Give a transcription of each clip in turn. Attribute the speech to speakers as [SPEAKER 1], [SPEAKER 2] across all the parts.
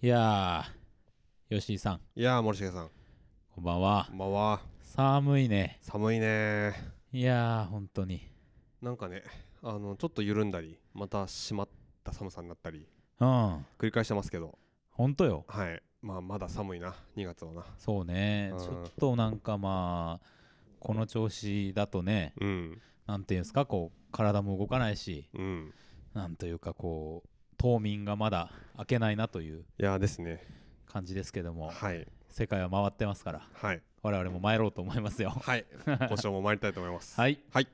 [SPEAKER 1] いやー、吉井さん、
[SPEAKER 2] いやー森重さん
[SPEAKER 1] こんばんは
[SPEAKER 2] こ。んばんは
[SPEAKER 1] 寒いね。
[SPEAKER 2] 寒いねー
[SPEAKER 1] いやー、本当に。
[SPEAKER 2] なんかねあのちょっと緩んだりまた締まった寒さになったり
[SPEAKER 1] うん、
[SPEAKER 2] 繰り返してますけど
[SPEAKER 1] 本当よ。
[SPEAKER 2] はいまあまだ寒いな2月はな
[SPEAKER 1] そうね、
[SPEAKER 2] うん
[SPEAKER 1] ちょっとなんかまあ、この調子だとね、
[SPEAKER 2] うん
[SPEAKER 1] なんていうんですか、こう、体も動かないし、
[SPEAKER 2] うん
[SPEAKER 1] なんというか、こう、冬眠がまだ明けないなという
[SPEAKER 2] いやーですね
[SPEAKER 1] 感じですけども、
[SPEAKER 2] はい
[SPEAKER 1] 世界は回ってますから、
[SPEAKER 2] はい
[SPEAKER 1] 我々も参ろうと思いますよ。
[SPEAKER 2] はい 今週も参りたいと思います
[SPEAKER 1] はいい、
[SPEAKER 2] はい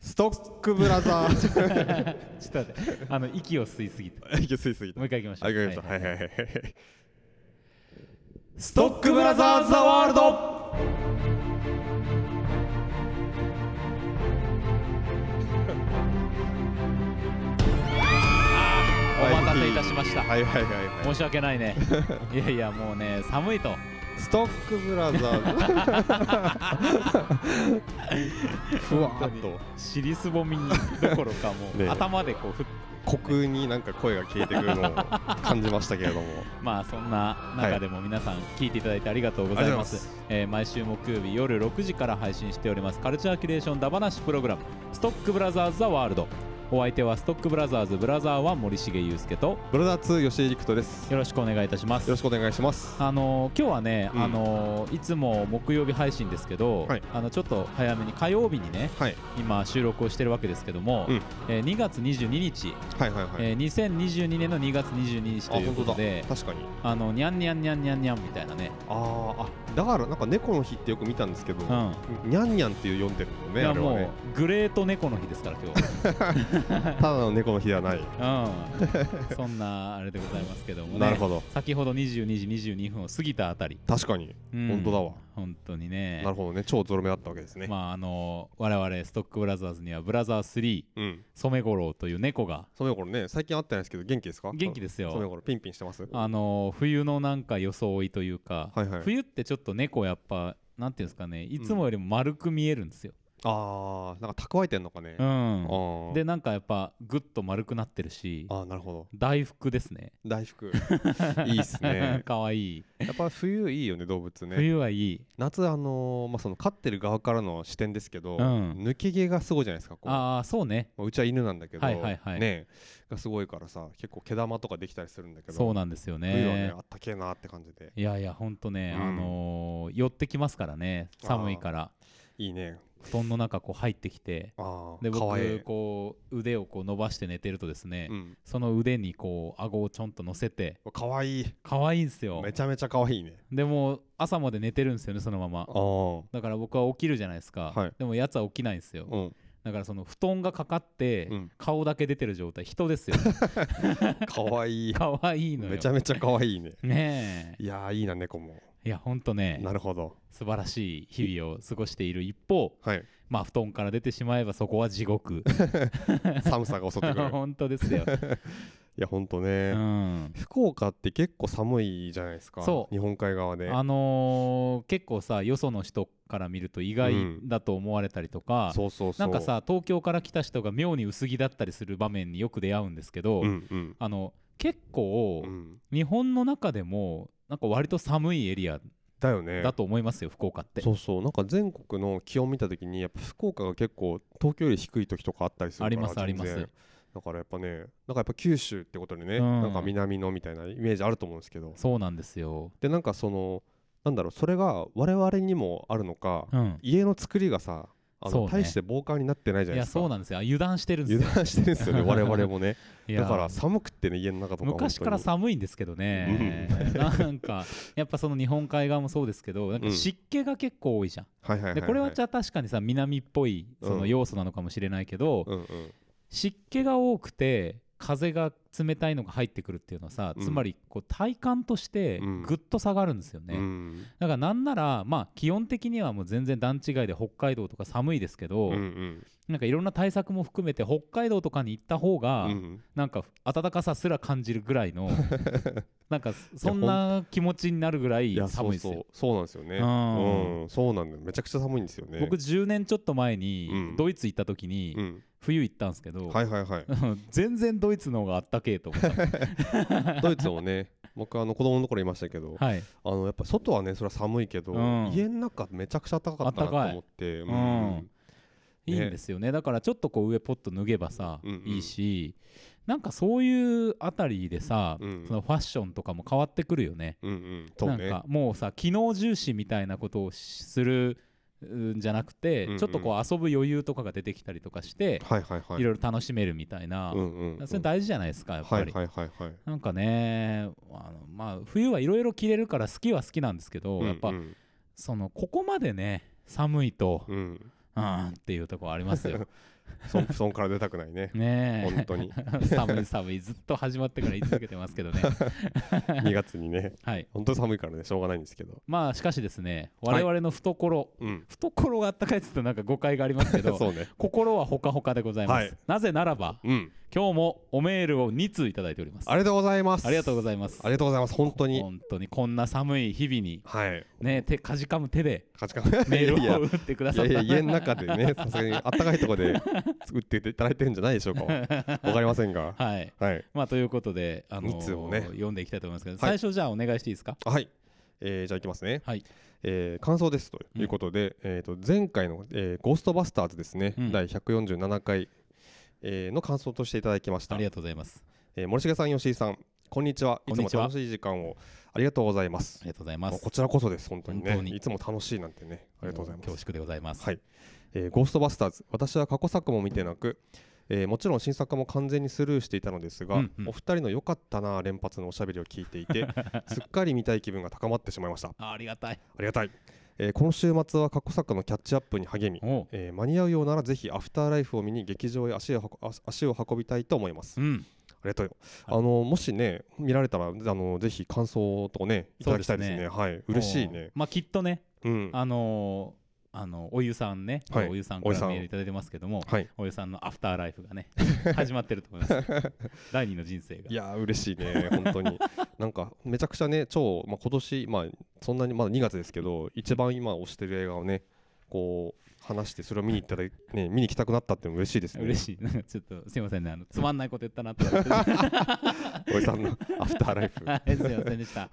[SPEAKER 2] ストックブラザ ー
[SPEAKER 1] ちょっと待って、あの息を吸いすぎて、も
[SPEAKER 2] いやすいすぎた
[SPEAKER 1] う一回行きましょ
[SPEAKER 2] あ
[SPEAKER 1] う。
[SPEAKER 2] いかがでしたはいはいはいはい
[SPEAKER 1] ストックブラザーズ・ザ・ワールド お待たせいたしました、
[SPEAKER 2] はいはいはいはい
[SPEAKER 1] 申し訳 ないねいやいやもうね寒いと
[SPEAKER 2] ストックブラザー ズふわーっと
[SPEAKER 1] 尻すぼみどころかもう、
[SPEAKER 2] ねえ
[SPEAKER 1] 頭でこうふっ
[SPEAKER 2] 国になんか声が消えてくるのを感じましたけれども
[SPEAKER 1] まあそんな中でも皆さん聞いていただいてありがとうございます,、
[SPEAKER 2] ありがとう
[SPEAKER 1] えー毎週木曜日夜6時から配信しておりますカルチャーキュレーションダバナシプログラムストックブラザーズ・ザ・ワールドお相手はストックブラザーズブラザーは森重祐介と
[SPEAKER 2] ブラザー2吉井陸斗ですよ
[SPEAKER 1] よろしくお願いいたします
[SPEAKER 2] ろしくお願いします
[SPEAKER 1] あのー今日はね、
[SPEAKER 2] うん
[SPEAKER 1] あのーいつも木曜日配信ですけど、
[SPEAKER 2] はい
[SPEAKER 1] あのちょっと早めに火曜日にね
[SPEAKER 2] はい
[SPEAKER 1] 今収録をしてるわけですけども、
[SPEAKER 2] うん
[SPEAKER 1] えー2月22日、
[SPEAKER 2] はいはいはい、
[SPEAKER 1] えー2022年の2月22日と
[SPEAKER 2] あ
[SPEAKER 1] いう
[SPEAKER 2] 本
[SPEAKER 1] こと
[SPEAKER 2] 当だ
[SPEAKER 1] で
[SPEAKER 2] 確かに
[SPEAKER 1] あのにゃんにゃんにゃんにゃんにゃんみたいなね、
[SPEAKER 2] あーあだからなんか猫の日ってよく見たんですけど、
[SPEAKER 1] うん
[SPEAKER 2] にゃんにゃんっていう読んでるの
[SPEAKER 1] い
[SPEAKER 2] ね
[SPEAKER 1] や
[SPEAKER 2] あれは
[SPEAKER 1] もう、
[SPEAKER 2] ね
[SPEAKER 1] グレート猫の日ですから今
[SPEAKER 2] ただの猫の日ではない
[SPEAKER 1] 日、うん、そんなあれでございますけどもね
[SPEAKER 2] なるほど
[SPEAKER 1] 先ほど22時22分を過ぎたあたり、
[SPEAKER 2] 確かに、
[SPEAKER 1] うん
[SPEAKER 2] 本当だわ
[SPEAKER 1] 本当にね
[SPEAKER 2] なるほどね超ゾロ目だったわけですね、
[SPEAKER 1] まああの我々ストックブラザーズにはブラザー3
[SPEAKER 2] うん
[SPEAKER 1] 染五郎という猫が
[SPEAKER 2] 染五郎ね最近会ってないですけど元気ですか
[SPEAKER 1] 元気です
[SPEAKER 2] 染
[SPEAKER 1] よ
[SPEAKER 2] 五郎ピンピンしてます
[SPEAKER 1] あの冬のなんか装いというか、
[SPEAKER 2] はいはい
[SPEAKER 1] 冬ってちょっと猫やっぱなんていうんですかねいつもよりも丸く見えるんですよ、
[SPEAKER 2] あーなんか蓄えてんのかね、
[SPEAKER 1] う
[SPEAKER 2] あ
[SPEAKER 1] ん
[SPEAKER 2] ー
[SPEAKER 1] でなんかやっぱグッと丸くなってるし
[SPEAKER 2] あーなるほど
[SPEAKER 1] 大福ですね
[SPEAKER 2] 大福いいっすね
[SPEAKER 1] かわいい、
[SPEAKER 2] やっぱ冬いいよね動物ね
[SPEAKER 1] 冬はいい
[SPEAKER 2] 夏あのーまあその飼ってる側からの視点ですけど、
[SPEAKER 1] うん
[SPEAKER 2] 抜け毛がすごいじゃないですかこう
[SPEAKER 1] ああそうね
[SPEAKER 2] まあうちは犬なんだけど、
[SPEAKER 1] はいはいはい
[SPEAKER 2] ねがすごいからさ結構毛玉とかできたりするんだけど
[SPEAKER 1] そうなんですよね
[SPEAKER 2] 冬はねあったけえなって感じで
[SPEAKER 1] いやいやほんとね、
[SPEAKER 2] うん
[SPEAKER 1] あのー寄ってきますからね寒いから
[SPEAKER 2] いいね
[SPEAKER 1] 布団の中こう入ってきて
[SPEAKER 2] あ
[SPEAKER 1] で
[SPEAKER 2] あかわいい
[SPEAKER 1] 僕こう腕をこう伸ばして寝てるとですね、
[SPEAKER 2] うん
[SPEAKER 1] その腕にこう顎をちょんと乗せて
[SPEAKER 2] かわいい
[SPEAKER 1] 可愛いんすよ
[SPEAKER 2] めちゃめちゃかわいいね
[SPEAKER 1] でもう朝まで寝てるんですよねそのまま
[SPEAKER 2] ああ
[SPEAKER 1] だから僕は起きるじゃないですか、
[SPEAKER 2] はい
[SPEAKER 1] でもやつは起きないんですよ、
[SPEAKER 2] うん
[SPEAKER 1] だからその布団がかかって、
[SPEAKER 2] うん
[SPEAKER 1] 顔だけ出てる状態人ですよ
[SPEAKER 2] かわい い
[SPEAKER 1] 可愛いのよ
[SPEAKER 2] めちゃめちゃかわいいね
[SPEAKER 1] ねえ
[SPEAKER 2] いやーいいな猫も
[SPEAKER 1] いやほんとね
[SPEAKER 2] なるほど
[SPEAKER 1] 素晴らしい日々を過ごしている一方
[SPEAKER 2] はい
[SPEAKER 1] まあ布団から出てしまえばそこは地獄
[SPEAKER 2] 寒さが襲 ってくるい
[SPEAKER 1] 本当ですよ、
[SPEAKER 2] やほんと
[SPEAKER 1] う
[SPEAKER 2] ね、
[SPEAKER 1] ん、
[SPEAKER 2] 福岡って結構寒いじゃないですか
[SPEAKER 1] そう
[SPEAKER 2] 日本海側で
[SPEAKER 1] あのー結構さよその人から見ると意外
[SPEAKER 2] うん
[SPEAKER 1] だと思われたりとか、
[SPEAKER 2] そうそうそ
[SPEAKER 1] な
[SPEAKER 2] うん
[SPEAKER 1] かさ東京から来た人が妙に薄着だったりする場面によく出会うんですけど、
[SPEAKER 2] うんうん
[SPEAKER 1] あの結構、
[SPEAKER 2] うん
[SPEAKER 1] 日本の中でもなんか割と寒いエリア
[SPEAKER 2] だよね
[SPEAKER 1] だと思いますよ、福岡って
[SPEAKER 2] そうそうなんか全国の気温見た時にやっぱ福岡が結構東京より低い時とかあったりするから
[SPEAKER 1] あります
[SPEAKER 2] 全然
[SPEAKER 1] あります
[SPEAKER 2] だからやっぱねなんかやっぱ九州ってことでね、
[SPEAKER 1] うん
[SPEAKER 2] なんか南のみたいなイメージあると思うんですけど
[SPEAKER 1] そうなんですよ
[SPEAKER 2] でなんかそのなんだろうそれが我々にもあるのか、
[SPEAKER 1] うん
[SPEAKER 2] 家の作りがさあ
[SPEAKER 1] そう
[SPEAKER 2] の、
[SPEAKER 1] ね
[SPEAKER 2] 大して防寒になってないじゃ
[SPEAKER 1] い
[SPEAKER 2] ない
[SPEAKER 1] や
[SPEAKER 2] ですか
[SPEAKER 1] そうなんですよ油断してるんですよ
[SPEAKER 2] 油断してるんで すよね我々もね
[SPEAKER 1] いや
[SPEAKER 2] だから寒くってね家の中とか本当に
[SPEAKER 1] 昔から寒いんですけどね、なんかやっぱその日本海側もそうですけどなんか
[SPEAKER 2] うん
[SPEAKER 1] 湿気が結構多いじゃん、
[SPEAKER 2] はいはいはい、
[SPEAKER 1] でこれはじゃ
[SPEAKER 2] ゃ
[SPEAKER 1] あ確かにさ南っぽいその
[SPEAKER 2] うん
[SPEAKER 1] 要素なのかもしれないけど、
[SPEAKER 2] うんうん
[SPEAKER 1] 湿気が多くて風が冷たいのが入ってくるっていうのはさ、
[SPEAKER 2] うん
[SPEAKER 1] つまりこう体感として
[SPEAKER 2] うん
[SPEAKER 1] ぐっと下がるんですよね、
[SPEAKER 2] うん
[SPEAKER 1] だからなんならまあ基本的にはもう全然段違いで北海道とか寒いですけど、
[SPEAKER 2] うんうん
[SPEAKER 1] なんかいろんな対策も含めて北海道とかに行った方が、
[SPEAKER 2] うん
[SPEAKER 1] なんか暖かさすら感じるぐらい のなんかそんな気持ちになるぐらい
[SPEAKER 2] いや
[SPEAKER 1] 寒いです
[SPEAKER 2] そう
[SPEAKER 1] よ。
[SPEAKER 2] そうそうなんですよね
[SPEAKER 1] うん
[SPEAKER 2] うんそうなんだよめちゃくちゃ寒いんですよね
[SPEAKER 1] 僕10年ちょっと前に
[SPEAKER 2] うん
[SPEAKER 1] ドイツ行った時
[SPEAKER 2] う
[SPEAKER 1] に
[SPEAKER 2] ん
[SPEAKER 1] 冬行ったんですけど、
[SPEAKER 2] はいはいはい
[SPEAKER 1] 全然ドイツの方が暖けえと思った。
[SPEAKER 2] ドイツもね僕あの子供の頃いましたけど
[SPEAKER 1] はい。
[SPEAKER 2] あのやっぱ外はねそれは寒いけど、
[SPEAKER 1] うん
[SPEAKER 2] 家の中めちゃくちゃ暖かかったなと思って、
[SPEAKER 1] かいうんいいんですよねだからちょっとこう上ポッと脱げばさ、
[SPEAKER 2] うんうん
[SPEAKER 1] いいしなんかそういうあたりでさ、
[SPEAKER 2] うん
[SPEAKER 1] そのファッションとかも変わってくるよね
[SPEAKER 2] うんうんそうね
[SPEAKER 1] なんかもうさ機能重視みたいなことをしするうんじゃなくて、
[SPEAKER 2] うんうん
[SPEAKER 1] ちょっとこう遊ぶ余裕とかが出てきたりとかして、
[SPEAKER 2] はいはいはい
[SPEAKER 1] い、ろいろ楽しめるみたいな、
[SPEAKER 2] うんうんうん
[SPEAKER 1] それ大事じゃないですかやっぱ
[SPEAKER 2] は
[SPEAKER 1] り。
[SPEAKER 2] いはいはいはい
[SPEAKER 1] なんかねあの、まあ、冬はいろいろ着れるから好きは好きなんですけど、やっぱ
[SPEAKER 2] うんうん
[SPEAKER 1] そのここまでね寒いと、
[SPEAKER 2] うん、
[SPEAKER 1] うん、っていうところあります よ。
[SPEAKER 2] そん布団から出たくないね
[SPEAKER 1] ねえ
[SPEAKER 2] 本当に
[SPEAKER 1] 寒い寒いずっと始まってから言い続けてますけ どね
[SPEAKER 2] 2月にね
[SPEAKER 1] はい
[SPEAKER 2] 本当に寒いからねしょうがないんですけど
[SPEAKER 1] まあしかしですね
[SPEAKER 2] は
[SPEAKER 1] 我
[SPEAKER 2] い
[SPEAKER 1] 々の懐、
[SPEAKER 2] うん
[SPEAKER 1] 懐があったかいっつってなんか誤解がありますけ ど
[SPEAKER 2] そうね
[SPEAKER 1] 心はほかほかでございます、
[SPEAKER 2] はい
[SPEAKER 1] なぜならば
[SPEAKER 2] うん
[SPEAKER 1] 今日もおメールを2通いただいております
[SPEAKER 2] ありがとうございます
[SPEAKER 1] ありがとうご
[SPEAKER 2] い
[SPEAKER 1] ざいます
[SPEAKER 2] ありがとうございます本当に
[SPEAKER 1] 本当にこんな寒い日々に
[SPEAKER 2] はい
[SPEAKER 1] ね手かじかむ手で
[SPEAKER 2] 価値観 い
[SPEAKER 1] メ
[SPEAKER 2] やい
[SPEAKER 1] ール
[SPEAKER 2] や
[SPEAKER 1] を打ってくだ
[SPEAKER 2] い
[SPEAKER 1] さ
[SPEAKER 2] や
[SPEAKER 1] った
[SPEAKER 2] いや家の中で ねさすがにあったかいところで作っていただいてるんじゃない でしょうかわかりませんが
[SPEAKER 1] はい
[SPEAKER 2] はい
[SPEAKER 1] まあということであの
[SPEAKER 2] 二通もね
[SPEAKER 1] 読んでいきたいと思いますけど、
[SPEAKER 2] はい
[SPEAKER 1] 最初じゃあお願いしていいですか
[SPEAKER 2] はい、えーじゃあいきますね、
[SPEAKER 1] はい
[SPEAKER 2] えー感想ですということで、えー、と前回の、えーゴーストバスターズ」ですね、
[SPEAKER 1] うん
[SPEAKER 2] 第147回、えーの感想としていただきまし
[SPEAKER 1] あ
[SPEAKER 2] た
[SPEAKER 1] り、がとうございます
[SPEAKER 2] えー森重さん吉井さんこんにちはい
[SPEAKER 1] こん
[SPEAKER 2] つも
[SPEAKER 1] にちは
[SPEAKER 2] 楽しい時間をありがとうございま
[SPEAKER 1] あ
[SPEAKER 2] す
[SPEAKER 1] りがとうございま
[SPEAKER 2] もう
[SPEAKER 1] す
[SPEAKER 2] こちらこそです本当にね
[SPEAKER 1] 本当に
[SPEAKER 2] いつも楽しいなんてねありがとうございます
[SPEAKER 1] 恐縮でございます。
[SPEAKER 2] はい、えーゴーストバスターズ」私は過去作も見てなく、えーもちろん新作も完全にスルーしていたのですが、
[SPEAKER 1] うんうん
[SPEAKER 2] お二人の良かったな連発のおしゃべりを聞いていて すっかり見たい気分が高まってしまいました
[SPEAKER 1] あありがたい。
[SPEAKER 2] ありがたい、えーこの週末は過去作のキャッチアップに励み、
[SPEAKER 1] おう。
[SPEAKER 2] えー間に合うようならぜひアフターライフを見に劇場へ足を運足足を運びたいと思います
[SPEAKER 1] ん。
[SPEAKER 2] ありがとうよ、
[SPEAKER 1] はい
[SPEAKER 2] あのもしね見られたらあのぜひ感想とねいただきたいです
[SPEAKER 1] そ
[SPEAKER 2] ね
[SPEAKER 1] うで
[SPEAKER 2] はい嬉しいね
[SPEAKER 1] おうまあきっとね、
[SPEAKER 2] うん
[SPEAKER 1] あのーあのお湯さんね、
[SPEAKER 2] はい
[SPEAKER 1] お湯さん
[SPEAKER 2] お
[SPEAKER 1] か
[SPEAKER 2] 湯さ
[SPEAKER 1] ら
[SPEAKER 2] ん
[SPEAKER 1] メールいただいてますけども、
[SPEAKER 2] はい
[SPEAKER 1] お湯さんのアフターライフが ね始まってると思います。第二の人生が。
[SPEAKER 2] いやー嬉しいね本 当になんかめちゃくちゃね超、まあ、今年まあそんなにまだ2月ですけど一番今推してる映画をねこう話してそれを見に行ったら、ね、見に行きたくなったっていうのも嬉しいですね
[SPEAKER 1] 嬉しい。なんかちょっとすいませんね、あのつまんないこと言ったなって 思って。は
[SPEAKER 2] おじさ んのアフターライフ
[SPEAKER 1] いすいませんでした。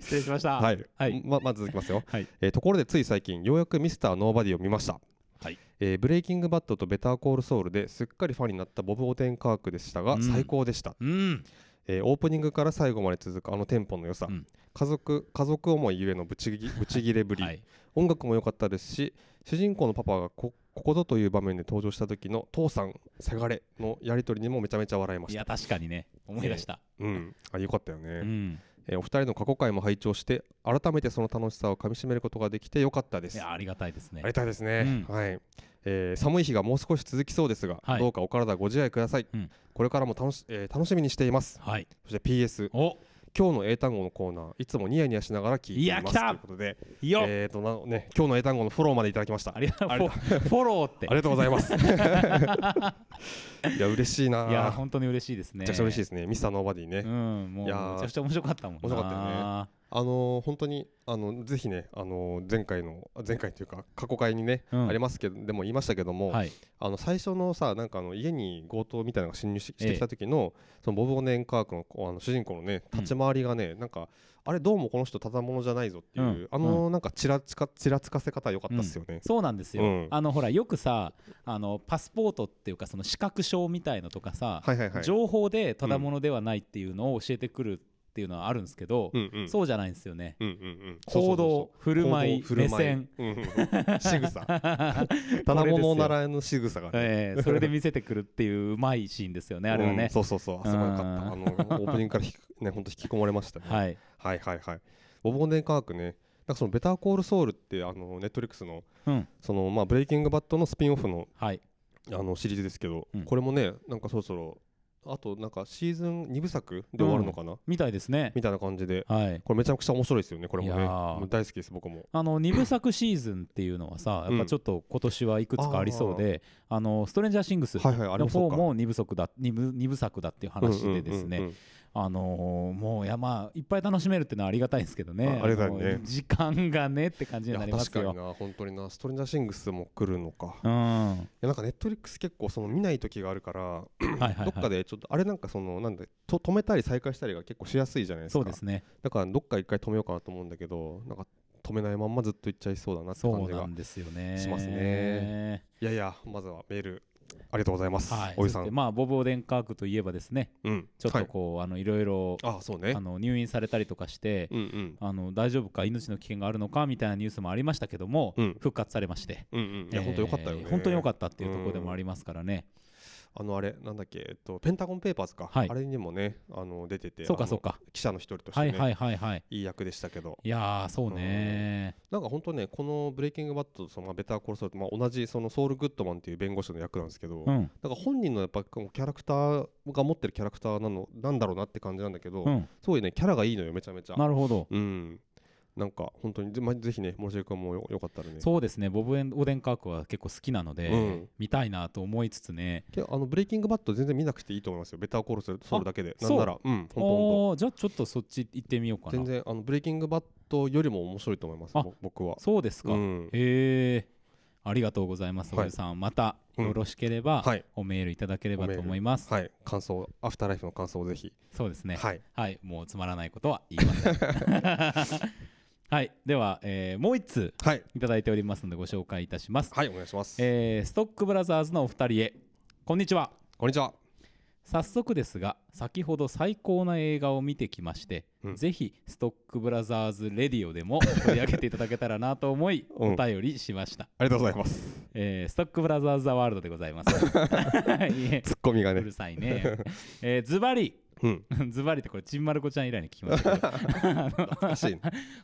[SPEAKER 1] 失礼しました。
[SPEAKER 2] はい、
[SPEAKER 1] はい
[SPEAKER 2] ままず続きますよ、
[SPEAKER 1] はい
[SPEAKER 2] えーところでつい最近ようやくミスターノーバディを見ました、
[SPEAKER 1] はい
[SPEAKER 2] えーブレイキングバッドとベターコールソウルですっかりファンになったボブ・オテンカークでしたが、
[SPEAKER 1] うん
[SPEAKER 2] 最高でした、
[SPEAKER 1] うん。
[SPEAKER 2] えーオープニングから最後まで続くあのテンポの良さ、
[SPEAKER 1] うん
[SPEAKER 2] 家族家族思いゆえのブチギブチギレぶり、
[SPEAKER 1] はい。
[SPEAKER 2] 音楽も良かったですし主人公のパパがこここぞという場面で登場した時の父さんせがれのやり取りにもめちゃめちゃ笑いま
[SPEAKER 1] い
[SPEAKER 2] した
[SPEAKER 1] や確かにね、思い出した。
[SPEAKER 2] うんあ良かったよね、
[SPEAKER 1] うん。
[SPEAKER 2] えーお二人の過去回も拝聴して改めてその楽しさをかみしめることができてよかったで
[SPEAKER 1] い
[SPEAKER 2] す
[SPEAKER 1] やありがたいですね
[SPEAKER 2] あり。がたいですね、
[SPEAKER 1] う
[SPEAKER 2] はい、えー寒い日がもう少し続きそうですが、
[SPEAKER 1] はい
[SPEAKER 2] どうかお体ご自愛ください、
[SPEAKER 1] うん
[SPEAKER 2] これからも楽し,、えー楽しみにしています
[SPEAKER 1] はい。
[SPEAKER 2] そして PS
[SPEAKER 1] お、
[SPEAKER 2] 今日の英単語のコーナーいつもニヤニヤしながら聞いています
[SPEAKER 1] いや来た
[SPEAKER 2] ということで
[SPEAKER 1] いいよ。
[SPEAKER 2] えーとなね今日の英単語のフォローまでいただきました
[SPEAKER 1] ありがとう。
[SPEAKER 2] あ
[SPEAKER 1] フォ
[SPEAKER 2] り
[SPEAKER 1] フォローって
[SPEAKER 2] あ。りがとうございま すいや嬉しいない
[SPEAKER 1] や本当に嬉しいですね。
[SPEAKER 2] めちゃくちゃ嬉しいですねミスターノーバディね、
[SPEAKER 1] うん、もう
[SPEAKER 2] い
[SPEAKER 1] め
[SPEAKER 2] やー
[SPEAKER 1] ちゃくちゃ面白かったもんな。
[SPEAKER 2] 面白かったよねあのー本当にあのぜひねあのー前回のあ前回というか過去回にね、
[SPEAKER 1] うん
[SPEAKER 2] ありますけどでも言いましたけども、
[SPEAKER 1] はい。
[SPEAKER 2] あの最初のさなんかあの家に強盗みたいなのが侵入しし
[SPEAKER 1] ええ
[SPEAKER 2] てきた時の、そのボブ・オネンカークのこうあの主人公のね立ち回りがね、なんかあれどうもこの人ただ者じゃないぞっていう、
[SPEAKER 1] うん
[SPEAKER 2] あのーなんかちらつかちらつかせ方良かったっすよね。
[SPEAKER 1] そうなんですよ。
[SPEAKER 2] うん
[SPEAKER 1] あのほらよくさ、あのパスポートっていうかその資格証みたいのとかさ、
[SPEAKER 2] はいはいはい。
[SPEAKER 1] 情報でただものではないっていうのを教えてくるっていうのはあるんですけど、
[SPEAKER 2] うんうん。
[SPEAKER 1] そうじゃないんですよね。
[SPEAKER 2] うんうんうん。
[SPEAKER 1] 行動、振
[SPEAKER 2] そう
[SPEAKER 1] る
[SPEAKER 2] そうそう、
[SPEAKER 1] 舞い、
[SPEAKER 2] 行動
[SPEAKER 1] 目線。。
[SPEAKER 2] 振る舞いうんうん仕 草。ただ
[SPEAKER 1] これです
[SPEAKER 2] 者
[SPEAKER 1] よ
[SPEAKER 2] ならぬ仕草がね。
[SPEAKER 1] ええそれで見せてくるっていううまいシーンですよね、あれは
[SPEAKER 2] うん
[SPEAKER 1] ね。
[SPEAKER 2] そうそうそう。あすごい良かった。あ
[SPEAKER 1] う
[SPEAKER 2] のオープニングからひくね本当引き込まれましたね。
[SPEAKER 1] はい。
[SPEAKER 2] はいはいはい。ボブ・オネンカークね。なんかそのベターコールソウルってあのネットリックスの
[SPEAKER 1] うん。
[SPEAKER 2] そのまあブレイキングバットのスピンオフの
[SPEAKER 1] はい。
[SPEAKER 2] あのシリーズですけど、
[SPEAKER 1] うん
[SPEAKER 2] これもねなんかそろそろあとなんかシーズン2部作で終わるのかな、
[SPEAKER 1] みたいですね。
[SPEAKER 2] みたいな感じで
[SPEAKER 1] はい。
[SPEAKER 2] これめちゃくちゃ面白いですよねこれも
[SPEAKER 1] い
[SPEAKER 2] ね
[SPEAKER 1] やー
[SPEAKER 2] もう大好きです僕も
[SPEAKER 1] あの2部作シーズンっていうのはさ、やっぱちょっと今年はいくつかありそうで、あのストレンジャーシングス
[SPEAKER 2] はいはいあれ
[SPEAKER 1] の
[SPEAKER 2] もそ
[SPEAKER 1] 方
[SPEAKER 2] うか
[SPEAKER 1] も2部作だ二部二部作だっていう話でですね、
[SPEAKER 2] うんうんうんうん
[SPEAKER 1] あのーもう山いっぱい楽しめるっていうのはありがたいですけどね
[SPEAKER 2] あありがたいね
[SPEAKER 1] あの時間がねって感じになります
[SPEAKER 2] 確かに
[SPEAKER 1] よ。
[SPEAKER 2] な本当になストレンジャーシングスも来るのか、い
[SPEAKER 1] うん、はい
[SPEAKER 2] やなんかネットリックス結構その見ない時があるから、
[SPEAKER 1] はいはい
[SPEAKER 2] どっかでちょっとあれなんかそのなんだと止めたり再開したりが結構しやすいじゃないですか
[SPEAKER 1] そうですね
[SPEAKER 2] だからどっか一回止めようかなと思うんだけどなんか止めないまんまずっと行っちゃいそうだなって感
[SPEAKER 1] そう
[SPEAKER 2] じ
[SPEAKER 1] な
[SPEAKER 2] が
[SPEAKER 1] んですよね。
[SPEAKER 2] しますねいやいやまずはメールありがとうございます、
[SPEAKER 1] はい、
[SPEAKER 2] おじさ
[SPEAKER 1] そして
[SPEAKER 2] ん、
[SPEAKER 1] まあボブ・オデンカークといえばですね
[SPEAKER 2] うん、
[SPEAKER 1] ちょっ
[SPEAKER 2] は
[SPEAKER 1] と
[SPEAKER 2] い、
[SPEAKER 1] こう、い、あのいろいろ
[SPEAKER 2] あそうね
[SPEAKER 1] あの入院されたりとかして、
[SPEAKER 2] うんうん
[SPEAKER 1] あの大丈夫か命の危険があるのかみたいなニュースもありましたけども、
[SPEAKER 2] うん
[SPEAKER 1] 復活されまして。
[SPEAKER 2] うんうんいや、本当良かったよね、
[SPEAKER 1] えー本当に良か
[SPEAKER 2] っ
[SPEAKER 1] ったっていうところでもありますからね。
[SPEAKER 2] たあのあれなんだっけ、えっと、ペンタゴンペーパーズか、
[SPEAKER 1] はい
[SPEAKER 2] あれにもねあの出てて
[SPEAKER 1] そうか
[SPEAKER 2] あの
[SPEAKER 1] そうか。
[SPEAKER 2] 記者の一人として
[SPEAKER 1] は
[SPEAKER 2] ね、
[SPEAKER 1] い
[SPEAKER 2] い
[SPEAKER 1] はいはいはい。
[SPEAKER 2] い役でしたけど
[SPEAKER 1] いやーそうね
[SPEAKER 2] なんか本当ねこの「ブレイキングバッド」とそのまあベター・コールソールと、まあ、同じそのソウル・グッドマンっていう弁護士の役なんですけど、
[SPEAKER 1] ー。うん
[SPEAKER 2] なんか本人のやっぱこうキャラクターが持ってるキャラクターなのなんだろうなって感じなんだけど、
[SPEAKER 1] うん。
[SPEAKER 2] すごいねキャラがいいのよめちゃめちゃ
[SPEAKER 1] なるほど。
[SPEAKER 2] うんなんか本当にぜ,、まあ、ぜひね森重君もよよかったらね
[SPEAKER 1] そうですね。ボブエンオデンカークは結構好きなので、
[SPEAKER 2] うん
[SPEAKER 1] 見たいなと思いつつね。
[SPEAKER 2] けあのブレイキングバッド全然見なくていいと思いますよベター・コールソールソウルだけで
[SPEAKER 1] あ
[SPEAKER 2] なんならうんほんとほん
[SPEAKER 1] おーじゃあちょっとそっち行ってみようか
[SPEAKER 2] と
[SPEAKER 1] な。
[SPEAKER 2] 全然あのブレイキングバッドよりも面白いと思います
[SPEAKER 1] あ
[SPEAKER 2] ぼ僕は
[SPEAKER 1] そうですか。
[SPEAKER 2] うん
[SPEAKER 1] へえ。ありがとうございます。
[SPEAKER 2] は
[SPEAKER 1] お
[SPEAKER 2] い
[SPEAKER 1] じさん、またよろしければ、
[SPEAKER 2] はい
[SPEAKER 1] おメールいただければと思います。
[SPEAKER 2] はい感想アフターライフの感想をぜひ、
[SPEAKER 1] そうですね。
[SPEAKER 2] はい
[SPEAKER 1] はい、もうつまらないことは言いま せん。はい、では、えーもう一通
[SPEAKER 2] はい
[SPEAKER 1] いただいておりますのでご紹介いたします。
[SPEAKER 2] はいお願いします、
[SPEAKER 1] えーストックブラザーズのお二人へ、こんにちは。
[SPEAKER 2] こんにちは
[SPEAKER 1] 早速ですが、先ほど最高な映画を見てきまして、
[SPEAKER 2] うん
[SPEAKER 1] ぜひストックブラザーズレディオでも取り上げていただけたらなと思い、
[SPEAKER 2] うん
[SPEAKER 1] お便りしました。
[SPEAKER 2] ありがとうございます
[SPEAKER 1] えーストックブラザーズ・ザ・ワールドでございます。 いえ
[SPEAKER 2] ツッコミが
[SPEAKER 1] う
[SPEAKER 2] ね
[SPEAKER 1] るさいね。えーズバリ、
[SPEAKER 2] うん
[SPEAKER 1] ズバリってこれ、ちんまる子ちゃん以来に聞きましたけど、
[SPEAKER 2] 懐かしいね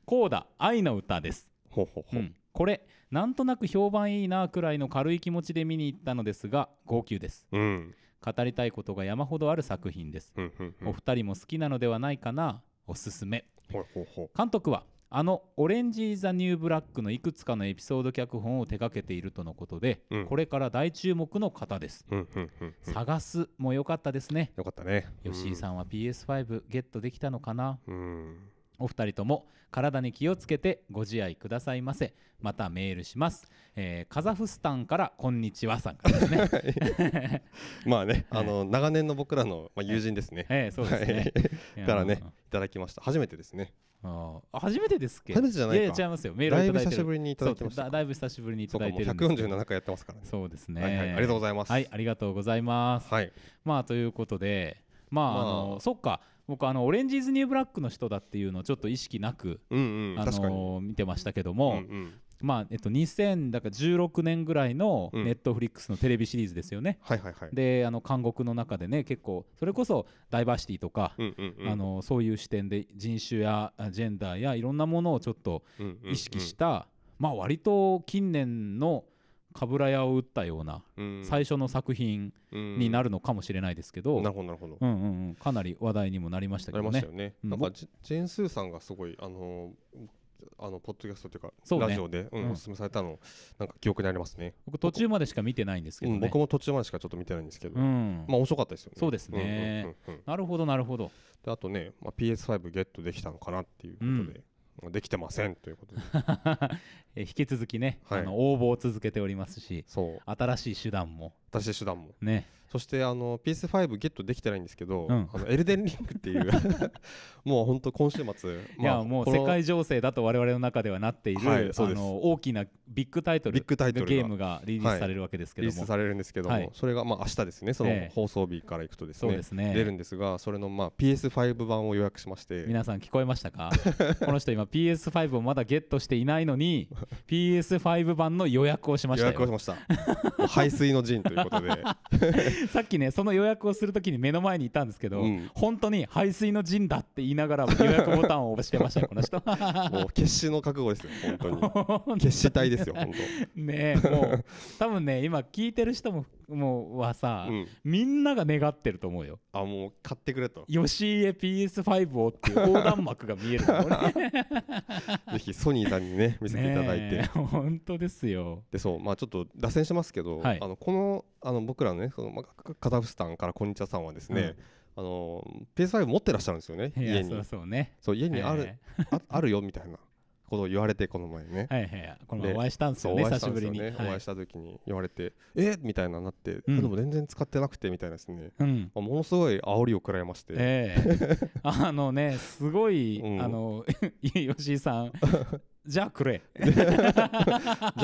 [SPEAKER 1] コーダ愛の歌です、
[SPEAKER 2] ほうほう
[SPEAKER 1] う、
[SPEAKER 2] ほうん
[SPEAKER 1] これなんとなく評判いいなくらいの軽い気持ちで見に行ったのですが号泣です
[SPEAKER 2] うん
[SPEAKER 1] 語りたいことが山ほどある作品です、
[SPEAKER 2] うんうんうん
[SPEAKER 1] お二人も好きなのではないかなおすすめ
[SPEAKER 2] ほうほうほ
[SPEAKER 1] 監督はあの「オレンジ・イザ・ニュー・ブラック」のいくつかのエピソード脚本を手掛けているとのことで、
[SPEAKER 2] うん
[SPEAKER 1] これから大注目の方です、
[SPEAKER 2] ううんうんうんうん
[SPEAKER 1] 探すも良かったですね
[SPEAKER 2] よかったね
[SPEAKER 1] 吉井さんは PS5 ゲットできたのかな
[SPEAKER 2] うんうん
[SPEAKER 1] お二人とも体に気をつけてご自愛くださいませまたメールします、えーカザフスタンからこんにちはさんからです ね、
[SPEAKER 2] まあね、
[SPEAKER 1] はい
[SPEAKER 2] あの長年の僕らの、まあ、友人ですね。
[SPEAKER 1] えーそうですね、
[SPEAKER 2] はいからね、いただきました。初めてですね。
[SPEAKER 1] うんあ初めてですっけ
[SPEAKER 2] 初めてじゃないか
[SPEAKER 1] やいや違いますよメール
[SPEAKER 2] だ
[SPEAKER 1] を
[SPEAKER 2] い
[SPEAKER 1] いた
[SPEAKER 2] ぶ
[SPEAKER 1] だいて
[SPEAKER 2] 久
[SPEAKER 1] る
[SPEAKER 2] しぶりにいただきま
[SPEAKER 1] そ
[SPEAKER 2] し
[SPEAKER 1] う
[SPEAKER 2] た
[SPEAKER 1] だ。だいぶ久しぶりにい
[SPEAKER 2] そ
[SPEAKER 1] た
[SPEAKER 2] うか、
[SPEAKER 1] だい
[SPEAKER 2] もう
[SPEAKER 1] てるんですけど
[SPEAKER 2] 147回やってますからね。
[SPEAKER 1] そうですね、
[SPEAKER 2] はいはい、ありがとうご
[SPEAKER 1] い
[SPEAKER 2] ざいます。
[SPEAKER 1] はいありがとうございます
[SPEAKER 2] はい。
[SPEAKER 1] まあということでまあ、あ、
[SPEAKER 2] ま
[SPEAKER 1] の
[SPEAKER 2] あ
[SPEAKER 1] そっか僕あのオレンジーズニューブラックの人だっていうのをちょっと意識なく、
[SPEAKER 2] うんうん、
[SPEAKER 1] あ
[SPEAKER 2] 確かに。
[SPEAKER 1] の見てましたけど
[SPEAKER 2] う
[SPEAKER 1] も、
[SPEAKER 2] んうん。
[SPEAKER 1] まあえっと、2016年ぐらいの
[SPEAKER 2] うん
[SPEAKER 1] ネットフリックスのテレビシリーズですよね。
[SPEAKER 2] はいはいはい。
[SPEAKER 1] であの監獄の中でね結構それこそダイバーシティとか、
[SPEAKER 2] うんうんうん、
[SPEAKER 1] あのそういう視点で人種やあジェンダーやいろんなものをちょっと
[SPEAKER 2] うんうんうん
[SPEAKER 1] 意識した、まあ割と近年の冠屋を打ったような最初の作品にな
[SPEAKER 2] る
[SPEAKER 1] るのかもしれないですけど、う
[SPEAKER 2] なる
[SPEAKER 1] ん
[SPEAKER 2] ほどなるほど。
[SPEAKER 1] うんうん、かなり話題にもなりましたけ
[SPEAKER 2] なり
[SPEAKER 1] ど
[SPEAKER 2] まし
[SPEAKER 1] ね
[SPEAKER 2] た。よね。
[SPEAKER 1] うん
[SPEAKER 2] なんかジジェーンスーさんがすごいあのーあのポッドキャストというか
[SPEAKER 1] そうね
[SPEAKER 2] ラジオで、うん
[SPEAKER 1] うん
[SPEAKER 2] おすすめされたのなんか記憶にありますね。
[SPEAKER 1] 僕途中までしか見てないんですけど
[SPEAKER 2] うん、
[SPEAKER 1] ね
[SPEAKER 2] 僕。も途中までしかちょっと見てないんですけど、
[SPEAKER 1] うん
[SPEAKER 2] まあ面白かったですよね。
[SPEAKER 1] そうですね
[SPEAKER 2] うんうんうんうん
[SPEAKER 1] なるほどなるほど。
[SPEAKER 2] であとね、まあ、PS5 ゲットできたのかなっていうことで、まあできてませんということで
[SPEAKER 1] え引き続きね、
[SPEAKER 2] はい
[SPEAKER 1] あの応募を続けておりますし
[SPEAKER 2] そう
[SPEAKER 1] 新しい手段も
[SPEAKER 2] 私手段も
[SPEAKER 1] ね
[SPEAKER 2] そしてあの PS5 ゲットできてないんですけど、
[SPEAKER 1] うん
[SPEAKER 2] あのエルデンリングっていう もう本当今週末、
[SPEAKER 1] いやもう
[SPEAKER 2] この
[SPEAKER 1] 世界情勢だと我々の中ではなっている、
[SPEAKER 2] はいそう
[SPEAKER 1] あ
[SPEAKER 2] です
[SPEAKER 1] の大きなビッグタイト
[SPEAKER 2] ビッ
[SPEAKER 1] ル
[SPEAKER 2] グタイト
[SPEAKER 1] の
[SPEAKER 2] ル
[SPEAKER 1] ゲー
[SPEAKER 2] が
[SPEAKER 1] ムがリリースされるわけですけ
[SPEAKER 2] リリ
[SPEAKER 1] ど
[SPEAKER 2] ー
[SPEAKER 1] も、
[SPEAKER 2] スされるんですけども、
[SPEAKER 1] はい
[SPEAKER 2] それがまあ明日ですねその
[SPEAKER 1] ええ
[SPEAKER 2] 放送日からいくとです
[SPEAKER 1] そう
[SPEAKER 2] ね
[SPEAKER 1] ですね
[SPEAKER 2] 出るんですがそれのまあ PS5 版を予約しまして
[SPEAKER 1] 皆さん聞こえました かこの人今 PS5 をまだゲットしていないのに PS5 版の予約をしまし
[SPEAKER 2] 予
[SPEAKER 1] た
[SPEAKER 2] 約をし
[SPEAKER 1] よ
[SPEAKER 2] ましたもう排水の陣ということで
[SPEAKER 1] さっきねその予約をするときに目の前にいたんですけど、
[SPEAKER 2] うん
[SPEAKER 1] 本当に排水の陣だって言いながら予約ボタンを押してま したよこの人
[SPEAKER 2] もう決死の覚悟ですよ 本当に決 死隊ですよ本
[SPEAKER 1] ねえもう多分ね今聞いてる人ももうはさ
[SPEAKER 2] 当、、うん、
[SPEAKER 1] みんなが願ってると思うよ
[SPEAKER 2] あもう買ってくれと
[SPEAKER 1] 吉井へ PS5 をっていう横断幕が見えると思うね
[SPEAKER 2] ぜひソニーさんに ね 見せていただい
[SPEAKER 1] ね
[SPEAKER 2] て、
[SPEAKER 1] え本当ですよ
[SPEAKER 2] でそうまあちょっと脱線しますけど、
[SPEAKER 1] はい
[SPEAKER 2] あのこのあの僕らのねその、まあ、カカザフスタンからこんにちはさんはですね、あの PS5 持ってらっしゃるんですよね
[SPEAKER 1] いや
[SPEAKER 2] 家
[SPEAKER 1] そう
[SPEAKER 2] に
[SPEAKER 1] そうね
[SPEAKER 2] そう家にある、
[SPEAKER 1] え
[SPEAKER 2] あ あるよみたいなことを言われてこの前ね
[SPEAKER 1] えはいはいはいこの前
[SPEAKER 2] で
[SPEAKER 1] お会いしたんです
[SPEAKER 2] そう
[SPEAKER 1] よ
[SPEAKER 2] お
[SPEAKER 1] ね
[SPEAKER 2] 会
[SPEAKER 1] 久
[SPEAKER 2] いした
[SPEAKER 1] し
[SPEAKER 2] ん
[SPEAKER 1] ぶ
[SPEAKER 2] です
[SPEAKER 1] り
[SPEAKER 2] よ
[SPEAKER 1] に、
[SPEAKER 2] ね、
[SPEAKER 1] はい
[SPEAKER 2] お会いした時に言われて「えみたいななって、
[SPEAKER 1] うん
[SPEAKER 2] あでも全然使ってなくてみたいなですね、
[SPEAKER 1] うん
[SPEAKER 2] まあものすごい煽りを食らいまして、
[SPEAKER 1] ええあのねすごい、
[SPEAKER 2] うん
[SPEAKER 1] あの 吉井さ んじゃあくれ
[SPEAKER 2] じ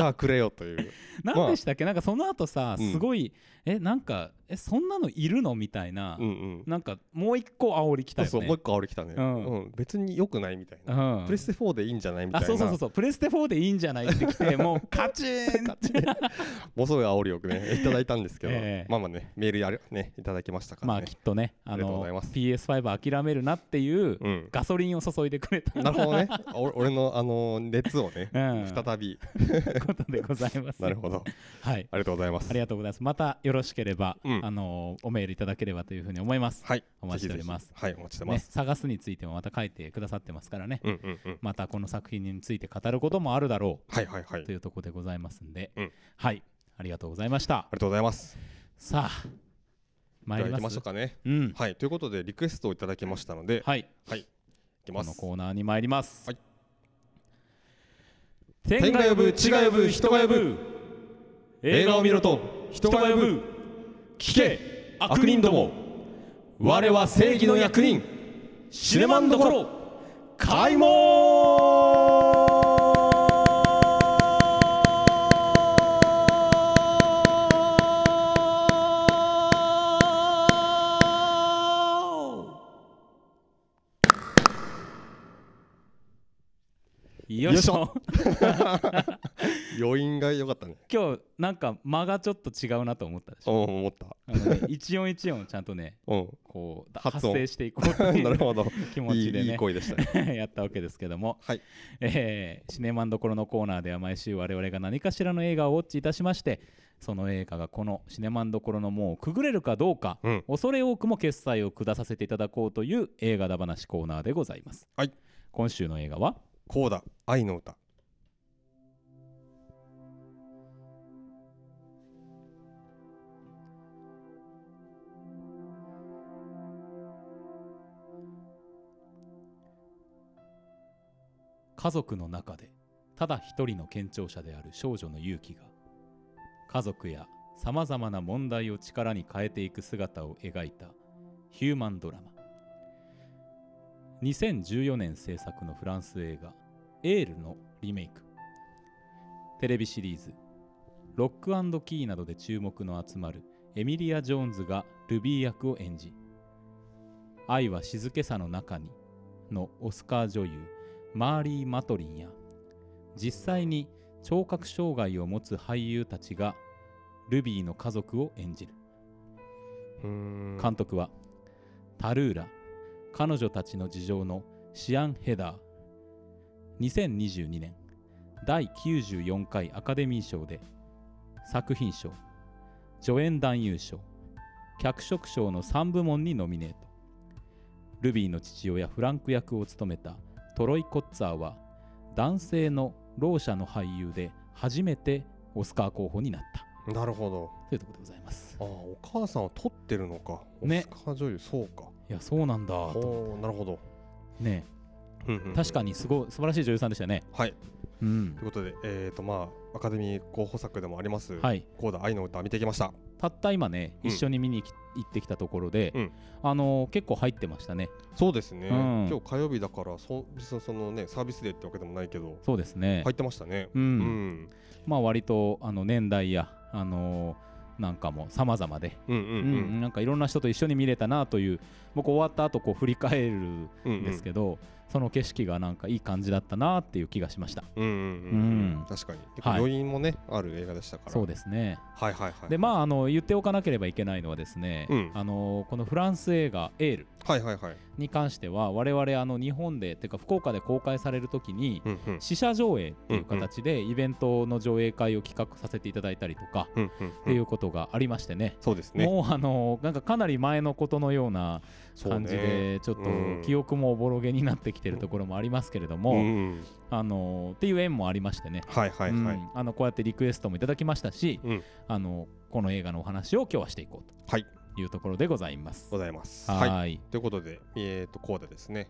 [SPEAKER 2] ゃあくれよ という
[SPEAKER 1] 何でしたっけ、なんかその後さ
[SPEAKER 2] うん
[SPEAKER 1] すごい、えなんかえそんなのいるのみたいな、
[SPEAKER 2] うんうん
[SPEAKER 1] なんかもう一個煽りきた
[SPEAKER 2] そ
[SPEAKER 1] よ
[SPEAKER 2] う
[SPEAKER 1] ね
[SPEAKER 2] そうもう一個煽りきたね、
[SPEAKER 1] う
[SPEAKER 2] うんん別に良くないみたいな、
[SPEAKER 1] うん
[SPEAKER 2] プレステ4でいいんじゃないみた
[SPEAKER 1] あ
[SPEAKER 2] いな
[SPEAKER 1] そうそうそうそうプレステ4でいいんじゃないってきてもうカチーンって
[SPEAKER 2] ものすごい煽りを ねいただいたんですけど、
[SPEAKER 1] ええ
[SPEAKER 2] まあまあねメールやるねいただきましたから
[SPEAKER 1] まあ
[SPEAKER 2] ね
[SPEAKER 1] きっとねあ
[SPEAKER 2] ありがとうござい
[SPEAKER 1] の
[SPEAKER 2] ます
[SPEAKER 1] PS5 諦めるなっていう
[SPEAKER 2] うん
[SPEAKER 1] ガソリンを注いでくれた
[SPEAKER 2] なるほどねお 俺のあの熱をね、
[SPEAKER 1] うん
[SPEAKER 2] 再び
[SPEAKER 1] ことでございます
[SPEAKER 2] なるほど
[SPEAKER 1] はい
[SPEAKER 2] ありがとうございます
[SPEAKER 1] ありがとうございますまたよろしければ、
[SPEAKER 2] うん
[SPEAKER 1] あのおメールいただければというふうに思います、
[SPEAKER 2] はい
[SPEAKER 1] お待ちしております
[SPEAKER 2] ぜひぜひはいお待ちしてま
[SPEAKER 1] ね、
[SPEAKER 2] す、
[SPEAKER 1] 探すについてもまた書いてくださってますからね、
[SPEAKER 2] うんうんうん
[SPEAKER 1] またこの作品について語ることもあるだろ
[SPEAKER 2] はいはいはいう
[SPEAKER 1] というところでございますんで、
[SPEAKER 2] うん
[SPEAKER 1] はいありがとうございました
[SPEAKER 2] ありがとうございます。
[SPEAKER 1] さあ
[SPEAKER 2] で
[SPEAKER 1] 参
[SPEAKER 2] は
[SPEAKER 1] り
[SPEAKER 2] 行
[SPEAKER 1] ま
[SPEAKER 2] き
[SPEAKER 1] す
[SPEAKER 2] ましょうかね。
[SPEAKER 1] うん
[SPEAKER 2] はい、ということでリクエストをいただきましたので、
[SPEAKER 1] はい
[SPEAKER 2] はい、いきま
[SPEAKER 1] こ
[SPEAKER 2] す
[SPEAKER 1] の。コーナーに参ります、
[SPEAKER 2] はい
[SPEAKER 1] 天が呼ぶ地が呼ぶ人が呼ぶ映画を見ろと人が呼ぶ聞け悪人ども我は正義の役人シネマンどころ開門よいしょ
[SPEAKER 2] 余韻が良かったね。
[SPEAKER 1] 今日なんか間がちょっと違うなと思ったでし
[SPEAKER 2] う
[SPEAKER 1] ょ
[SPEAKER 2] ん、思った。
[SPEAKER 1] あのね一音一音をちゃんとね
[SPEAKER 2] う
[SPEAKER 1] こうだ
[SPEAKER 2] 発
[SPEAKER 1] 発
[SPEAKER 2] 音
[SPEAKER 1] 声していこうってい
[SPEAKER 2] ん。なる
[SPEAKER 1] う
[SPEAKER 2] ほど。
[SPEAKER 1] 気持
[SPEAKER 2] いい
[SPEAKER 1] ちで
[SPEAKER 2] いい
[SPEAKER 1] ね
[SPEAKER 2] 声でしたね。
[SPEAKER 1] やったわけですけども、
[SPEAKER 2] はい
[SPEAKER 1] えーシネマンどころのコーナーでは毎週我々が何かしらの映画をウォッチいたしましてその映画がこのシネマンどころの門をくぐれるかどうか、
[SPEAKER 2] うん
[SPEAKER 1] 恐れ多くも決済を下させていただこうという映画だ話コーナーでございます、
[SPEAKER 2] はい
[SPEAKER 1] 今週の映画は
[SPEAKER 2] こうだ、愛の歌。
[SPEAKER 1] 家族の中でただ一人の健聴者である少女の勇気が家族やさまざまな問題を力に変えていく姿を描いたヒューマンドラマ2014年制作のフランス映画「エール」のリメイクテレビシリーズ「ロックキー」などで注目の集まるエミリア・ジョーンズがルビー役を演じ「愛は静けさの中に」のオスカー女優マーリー・マトリンや実際に聴覚障害を持つ俳優たちがルビーの家族を演じる
[SPEAKER 2] うーん。
[SPEAKER 1] 監督はタルーラ彼女たちの事情のシアン・ヘダー2022年第94回アカデミー賞で作品賞助演男優賞脚色賞の3部門にノミネートルビーの父親フランク役を務めたトロイ・コッツァーは男性のろう者の俳優で初めてオスカー候補になった
[SPEAKER 2] なるほど。
[SPEAKER 1] というところでございます
[SPEAKER 2] ああ、お母さんを撮ってるのか。
[SPEAKER 1] ね
[SPEAKER 2] オスカー女優、そうか。
[SPEAKER 1] いやそうなんだと
[SPEAKER 2] おお、なるほど。
[SPEAKER 1] ねえ
[SPEAKER 2] うんうんうん
[SPEAKER 1] 確か。にすごい素晴らしい女優さんでしたね。
[SPEAKER 2] はい。
[SPEAKER 1] うん
[SPEAKER 2] ということで、えっと、まあ、アカデミー候補作でもあります。
[SPEAKER 1] はい、
[SPEAKER 2] こうだ、愛の歌見てきました。
[SPEAKER 1] たった今ね
[SPEAKER 2] うん
[SPEAKER 1] 一緒に見にき行ってきたところで、
[SPEAKER 2] うん
[SPEAKER 1] あのー結構入ってましたね
[SPEAKER 2] そうですね。
[SPEAKER 1] うん
[SPEAKER 2] 今日火曜日だから、そ別にそのね、サービスデーってわけでもないけど、
[SPEAKER 1] そうですね、
[SPEAKER 2] 入ってましたね。
[SPEAKER 1] うん
[SPEAKER 2] うん。
[SPEAKER 1] まあ割とあの年代や、あのーなんかも様々で、
[SPEAKER 2] うんうん
[SPEAKER 1] うんなんかいろんな人と一緒に見れたなという僕終わった後こう振り返るん
[SPEAKER 2] うんうん
[SPEAKER 1] ですけど、その景色がなんかいい感じだったなっていう気がしました、
[SPEAKER 2] うんうんうん
[SPEAKER 1] うん
[SPEAKER 2] 確かに結構
[SPEAKER 1] はい
[SPEAKER 2] 余韻もね、ある映画でしたから
[SPEAKER 1] そうですね
[SPEAKER 2] はいはいはい
[SPEAKER 1] でまああの言っておかなければいけないのはですね、
[SPEAKER 2] うん
[SPEAKER 1] あのーこのフランス映画「エール」
[SPEAKER 2] はいはいはい
[SPEAKER 1] に関しては我々あの日本でてか福岡で公開されるときに
[SPEAKER 2] うんうん
[SPEAKER 1] 試写上映っていう形でイベントの上映会を企画させていただいたりとか
[SPEAKER 2] うんうん
[SPEAKER 1] っ
[SPEAKER 2] う
[SPEAKER 1] てい
[SPEAKER 2] ん
[SPEAKER 1] うことがありましてね、
[SPEAKER 2] そうですね
[SPEAKER 1] もうあのなんかかなり前のことのような感じでちょっと記
[SPEAKER 2] 憶
[SPEAKER 1] 憶もおぼろげになってきてるところもありますけれども、
[SPEAKER 2] うんうん
[SPEAKER 1] あのっていう縁もありましてね、
[SPEAKER 2] はいはいはい、
[SPEAKER 1] うんあのこうやってリクエストもいただきましたし、
[SPEAKER 2] うん
[SPEAKER 1] あのこの映画のお話を今日はしていこうと
[SPEAKER 2] はい
[SPEAKER 1] いうところでございます。
[SPEAKER 2] ございます。
[SPEAKER 1] は
[SPEAKER 2] はいい。ということで、えっ、と、コーダですね。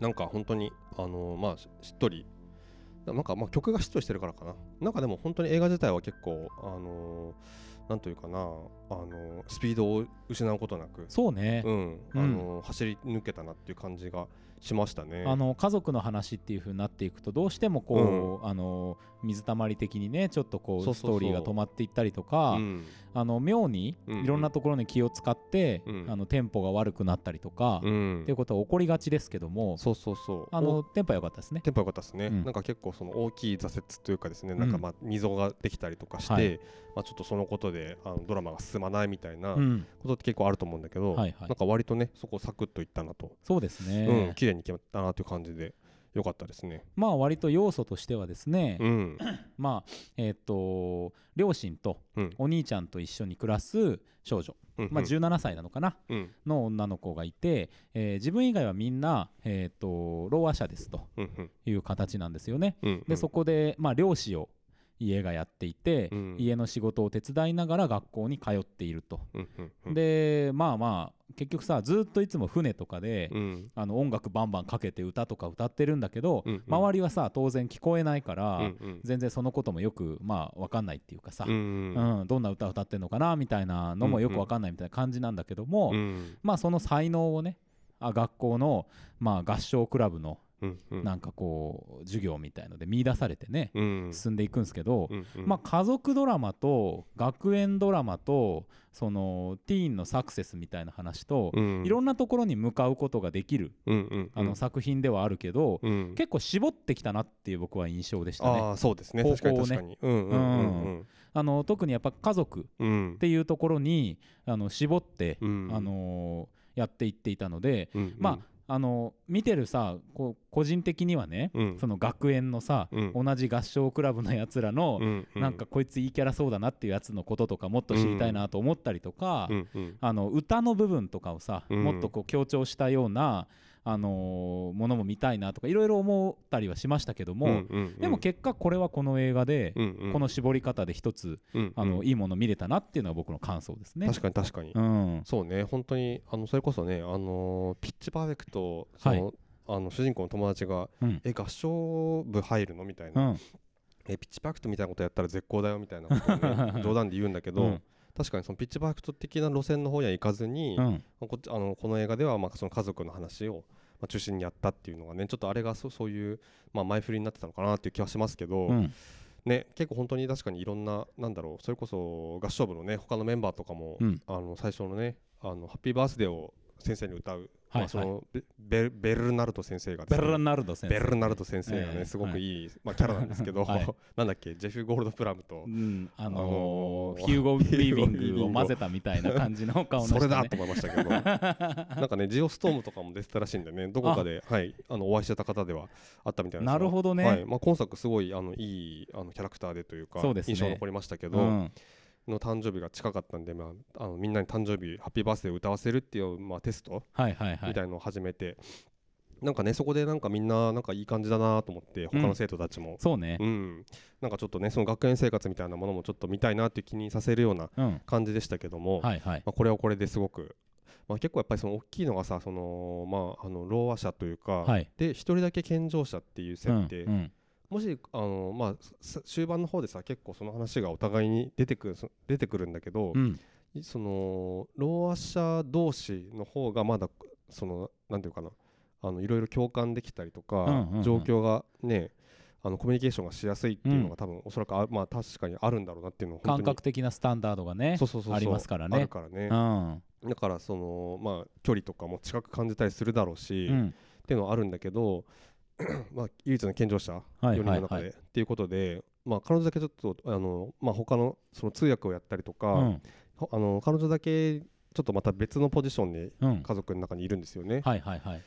[SPEAKER 2] なんか本当に、あのーまあ、ししっとり、なんかまあ曲がしっとりしてるからかな。なんかでも本当に映画自体は結構、あのーなんというかな、あのースピードを失うことなく、
[SPEAKER 1] そうね、
[SPEAKER 2] うん、あ
[SPEAKER 1] うん
[SPEAKER 2] のー走り抜けたなっていう感じがしましたね。
[SPEAKER 1] あの家族の話っていう風になっていくとどうしてもこう、あの水たまり的にねちょっとこう
[SPEAKER 2] そうそうそう
[SPEAKER 1] ストーリーが止まっていったりとか、
[SPEAKER 2] うん、
[SPEAKER 1] あの妙に
[SPEAKER 2] うんうん
[SPEAKER 1] いろんなところに気を使って、
[SPEAKER 2] うん
[SPEAKER 1] あのテンポが悪くなったりとか、
[SPEAKER 2] う
[SPEAKER 1] っ
[SPEAKER 2] ん
[SPEAKER 1] ていう、ことは起こりがちですけども
[SPEAKER 2] そうそうそう。
[SPEAKER 1] あのテンポは良かったですね。
[SPEAKER 2] テンポ良かったですね、
[SPEAKER 1] うん
[SPEAKER 2] なんか結構その大きい挫折というかですね、
[SPEAKER 1] ん
[SPEAKER 2] なんかまあ溝ができたりとかして、
[SPEAKER 1] はい
[SPEAKER 2] まあちょっとそのことであのドラマが進まないみたいな
[SPEAKER 1] う
[SPEAKER 2] こ
[SPEAKER 1] ん、
[SPEAKER 2] とって結構あると思うんだけど、
[SPEAKER 1] はいはい
[SPEAKER 2] なんか割とねそこサクッといったなと、
[SPEAKER 1] そうですね、
[SPEAKER 2] うん綺麗に決まったなという感じで良かったですね。
[SPEAKER 1] まあ割と要素としてはですね、
[SPEAKER 2] うん、
[SPEAKER 1] まあえっ、と両親と
[SPEAKER 2] うん
[SPEAKER 1] お兄ちゃんと一緒に暮らす少女、まあ、17歳なのかな
[SPEAKER 2] うん
[SPEAKER 1] の女の子がいて、えー自分以外はみんな、えー、とろう者ですと
[SPEAKER 2] うんうん
[SPEAKER 1] いう形なんですよね。
[SPEAKER 2] うん
[SPEAKER 1] でそこで、まあ、漁師を家がやっていて、
[SPEAKER 2] うん
[SPEAKER 1] 家の仕事を手伝いながら学校に通っていると。
[SPEAKER 2] うんうんうん、
[SPEAKER 1] でまあまあ結局さずっといつも船とかで、
[SPEAKER 2] うん
[SPEAKER 1] あの音楽バンバンかけて歌とか歌ってるんだけど、
[SPEAKER 2] うんうん
[SPEAKER 1] 周りはさ当然聞こえないから、
[SPEAKER 2] うんうん
[SPEAKER 1] 全然そのこともよくまあ分かんないっていうかさ、
[SPEAKER 2] うんうん
[SPEAKER 1] うんどんな歌歌ってんのかなみたいなのもよく分かんないみたいな感じなんだけども、
[SPEAKER 2] うん
[SPEAKER 1] まあその才能をねあ学校の、まあ、合唱クラブの
[SPEAKER 2] うんうん
[SPEAKER 1] なんかこう授業みたいので見出されてね
[SPEAKER 2] うん
[SPEAKER 1] 進んでいくんですけど、
[SPEAKER 2] うんうん
[SPEAKER 1] まあ、家族ドラマと学園ドラマとそのティーンのサクセスみたいな話と、
[SPEAKER 2] うん
[SPEAKER 1] いろんなところに向かうことができる
[SPEAKER 2] うんうん
[SPEAKER 1] あの作品ではあるけど、
[SPEAKER 2] うん
[SPEAKER 1] 結構絞ってきたなっていう僕は印象でしたね。
[SPEAKER 2] ああそうですね
[SPEAKER 1] 方
[SPEAKER 2] 確
[SPEAKER 1] 向
[SPEAKER 2] かに
[SPEAKER 1] をね
[SPEAKER 2] 確かにうんうんうん
[SPEAKER 1] あの特にやっぱ家族
[SPEAKER 2] うんうん
[SPEAKER 1] っていうところにあの絞って、
[SPEAKER 2] うん
[SPEAKER 1] あのーやっていっていたので、
[SPEAKER 2] うんうん
[SPEAKER 1] まああのー見てるさこう個人的にはね、
[SPEAKER 2] うん
[SPEAKER 1] その学園のさ、
[SPEAKER 2] うん
[SPEAKER 1] 同じ合唱クラブのやつらの、
[SPEAKER 2] うんう
[SPEAKER 1] なんかこいついいキャラそうだなっていうやつのこととかもっと知りたいなと思ったりとか、
[SPEAKER 2] うんうん
[SPEAKER 1] あの歌の部分とかをさ、
[SPEAKER 2] うん
[SPEAKER 1] もっとこう強調したような、あのーものも見たいなとかいろいろ思ったりはしましたけども、
[SPEAKER 2] うんうんうん
[SPEAKER 1] でも結果これはこの映画で、
[SPEAKER 2] うんうん
[SPEAKER 1] この絞り方で一つ
[SPEAKER 2] うんうん
[SPEAKER 1] あの、いいもの見れたなっていうのは僕の感想ですね。
[SPEAKER 2] 確かに確かに、
[SPEAKER 1] うん、
[SPEAKER 2] そうね本当にあのそれこそねあのーピッチパーフェクトその、あの主人公の友達が
[SPEAKER 1] うん
[SPEAKER 2] 「え合唱部入るの?」みたいうな、
[SPEAKER 1] ん、
[SPEAKER 2] え「ピッチパーフェクトみたいなことやったら絶好だよ」みたいなことを ね冗談で言うんだけど、
[SPEAKER 1] うん
[SPEAKER 2] 確かにそのピッチパーフェクト的な路線の方には行かずに、
[SPEAKER 1] うん、
[SPEAKER 2] こっちあのこの映画ではまあその家族の話をまあ中心にやったっていうのがねちょっとあれがそそういう、まあ、前振りになってたのかなっていう気はしますけど、
[SPEAKER 1] うん、
[SPEAKER 2] ね、結構本当に確かにいろんな、なんだろう、それこそ合唱部のね、他のメンバーとかも、
[SPEAKER 1] うん
[SPEAKER 2] あの最初のね、あのハッピーバースデーを先生に歌う、
[SPEAKER 1] はい
[SPEAKER 2] まあそのベベルベルナルド先生が
[SPEAKER 1] ベ
[SPEAKER 2] ですね、
[SPEAKER 1] ルナルド先生。
[SPEAKER 2] ベルナルド先生がね、
[SPEAKER 1] ええ
[SPEAKER 2] すご
[SPEAKER 1] は
[SPEAKER 2] く
[SPEAKER 1] い
[SPEAKER 2] いい、まあ、キャラなんですけ ど、
[SPEAKER 1] はい
[SPEAKER 2] なんだっけ、ジェフ・ゴールドプラムと
[SPEAKER 1] う、ん、あ
[SPEAKER 2] あ
[SPEAKER 1] の
[SPEAKER 2] の
[SPEAKER 1] ー
[SPEAKER 2] ー
[SPEAKER 1] ヒューゴ・ウィービ
[SPEAKER 2] ヒューゴウィービ
[SPEAKER 1] ン
[SPEAKER 2] ング
[SPEAKER 1] グ
[SPEAKER 2] を
[SPEAKER 1] を混ぜたみたいな感じの顔の人、
[SPEAKER 2] そ
[SPEAKER 1] ね、
[SPEAKER 2] れだと思いまし たけど、なんかね、ジオストームとかも出てたらしいんでね、どこかで、はい、あのお会いしてた方ではあったみたい
[SPEAKER 1] な
[SPEAKER 2] なんですよ
[SPEAKER 1] るほどね
[SPEAKER 2] はいまあ、今作、すごいあのいいあのキャラクターでというか、
[SPEAKER 1] そうですね
[SPEAKER 2] 印象残りましたけど。
[SPEAKER 1] うん、
[SPEAKER 2] の誕生日が近かったんで、まあ、あのみんなに誕生日ハッピーバースデーを歌わせるっていう、まあ、テスト
[SPEAKER 1] はいはいは
[SPEAKER 2] み
[SPEAKER 1] い
[SPEAKER 2] たいのを始めて、なんかねそこでなんかみんななんかいい感じだなと思って他の生徒たちも、
[SPEAKER 1] そうね
[SPEAKER 2] うんなんかちょっとねその学園生活みたいなものもちょっと見たいなっていう気にさせるような
[SPEAKER 1] うん、
[SPEAKER 2] 感じでしたけども、
[SPEAKER 1] はいはい
[SPEAKER 2] まあ、これはこれですごく、まあ、結構やっぱりその大きいのがさその、まあ、あのろう者というか、
[SPEAKER 1] はい
[SPEAKER 2] で一人だけ健常者っていう設
[SPEAKER 1] うん
[SPEAKER 2] 定、
[SPEAKER 1] うん
[SPEAKER 2] もしあの、まあ、す終盤の方でさ結構その話がお互いに出てくるそ出てくるんだけど、
[SPEAKER 1] うん
[SPEAKER 2] そのろう者同士の方がまだそのなんていうかなあのいろいろ共感できたりとか、
[SPEAKER 1] うんうんうん
[SPEAKER 2] 状況がねあのコミュニケーションがしやすいっていうの
[SPEAKER 1] う
[SPEAKER 2] が多分、おそらくあまあ確かにあるんだろうなっていうのは
[SPEAKER 1] 感
[SPEAKER 2] 本当に
[SPEAKER 1] 覚的なスタンダードがね
[SPEAKER 2] そうそうそうそう
[SPEAKER 1] ありますからね
[SPEAKER 2] あるからね、
[SPEAKER 1] うん
[SPEAKER 2] だからそのまあ距離とかも近く感じたりするだろうし、
[SPEAKER 1] う
[SPEAKER 2] っ
[SPEAKER 1] ん
[SPEAKER 2] ていうのはあるんだけど まあ唯一の健常者
[SPEAKER 1] はい
[SPEAKER 2] 4人
[SPEAKER 1] は
[SPEAKER 2] の
[SPEAKER 1] い
[SPEAKER 2] 中で、
[SPEAKER 1] はい
[SPEAKER 2] っていうことで、まあ、彼女だけちょっとあの、まあ、他のその通訳をやったりとか、
[SPEAKER 1] うん
[SPEAKER 2] ほあの彼女だけちょっとまた別のポジションで
[SPEAKER 1] うん
[SPEAKER 2] 家族の中にいるんですよね。
[SPEAKER 1] はいはいはい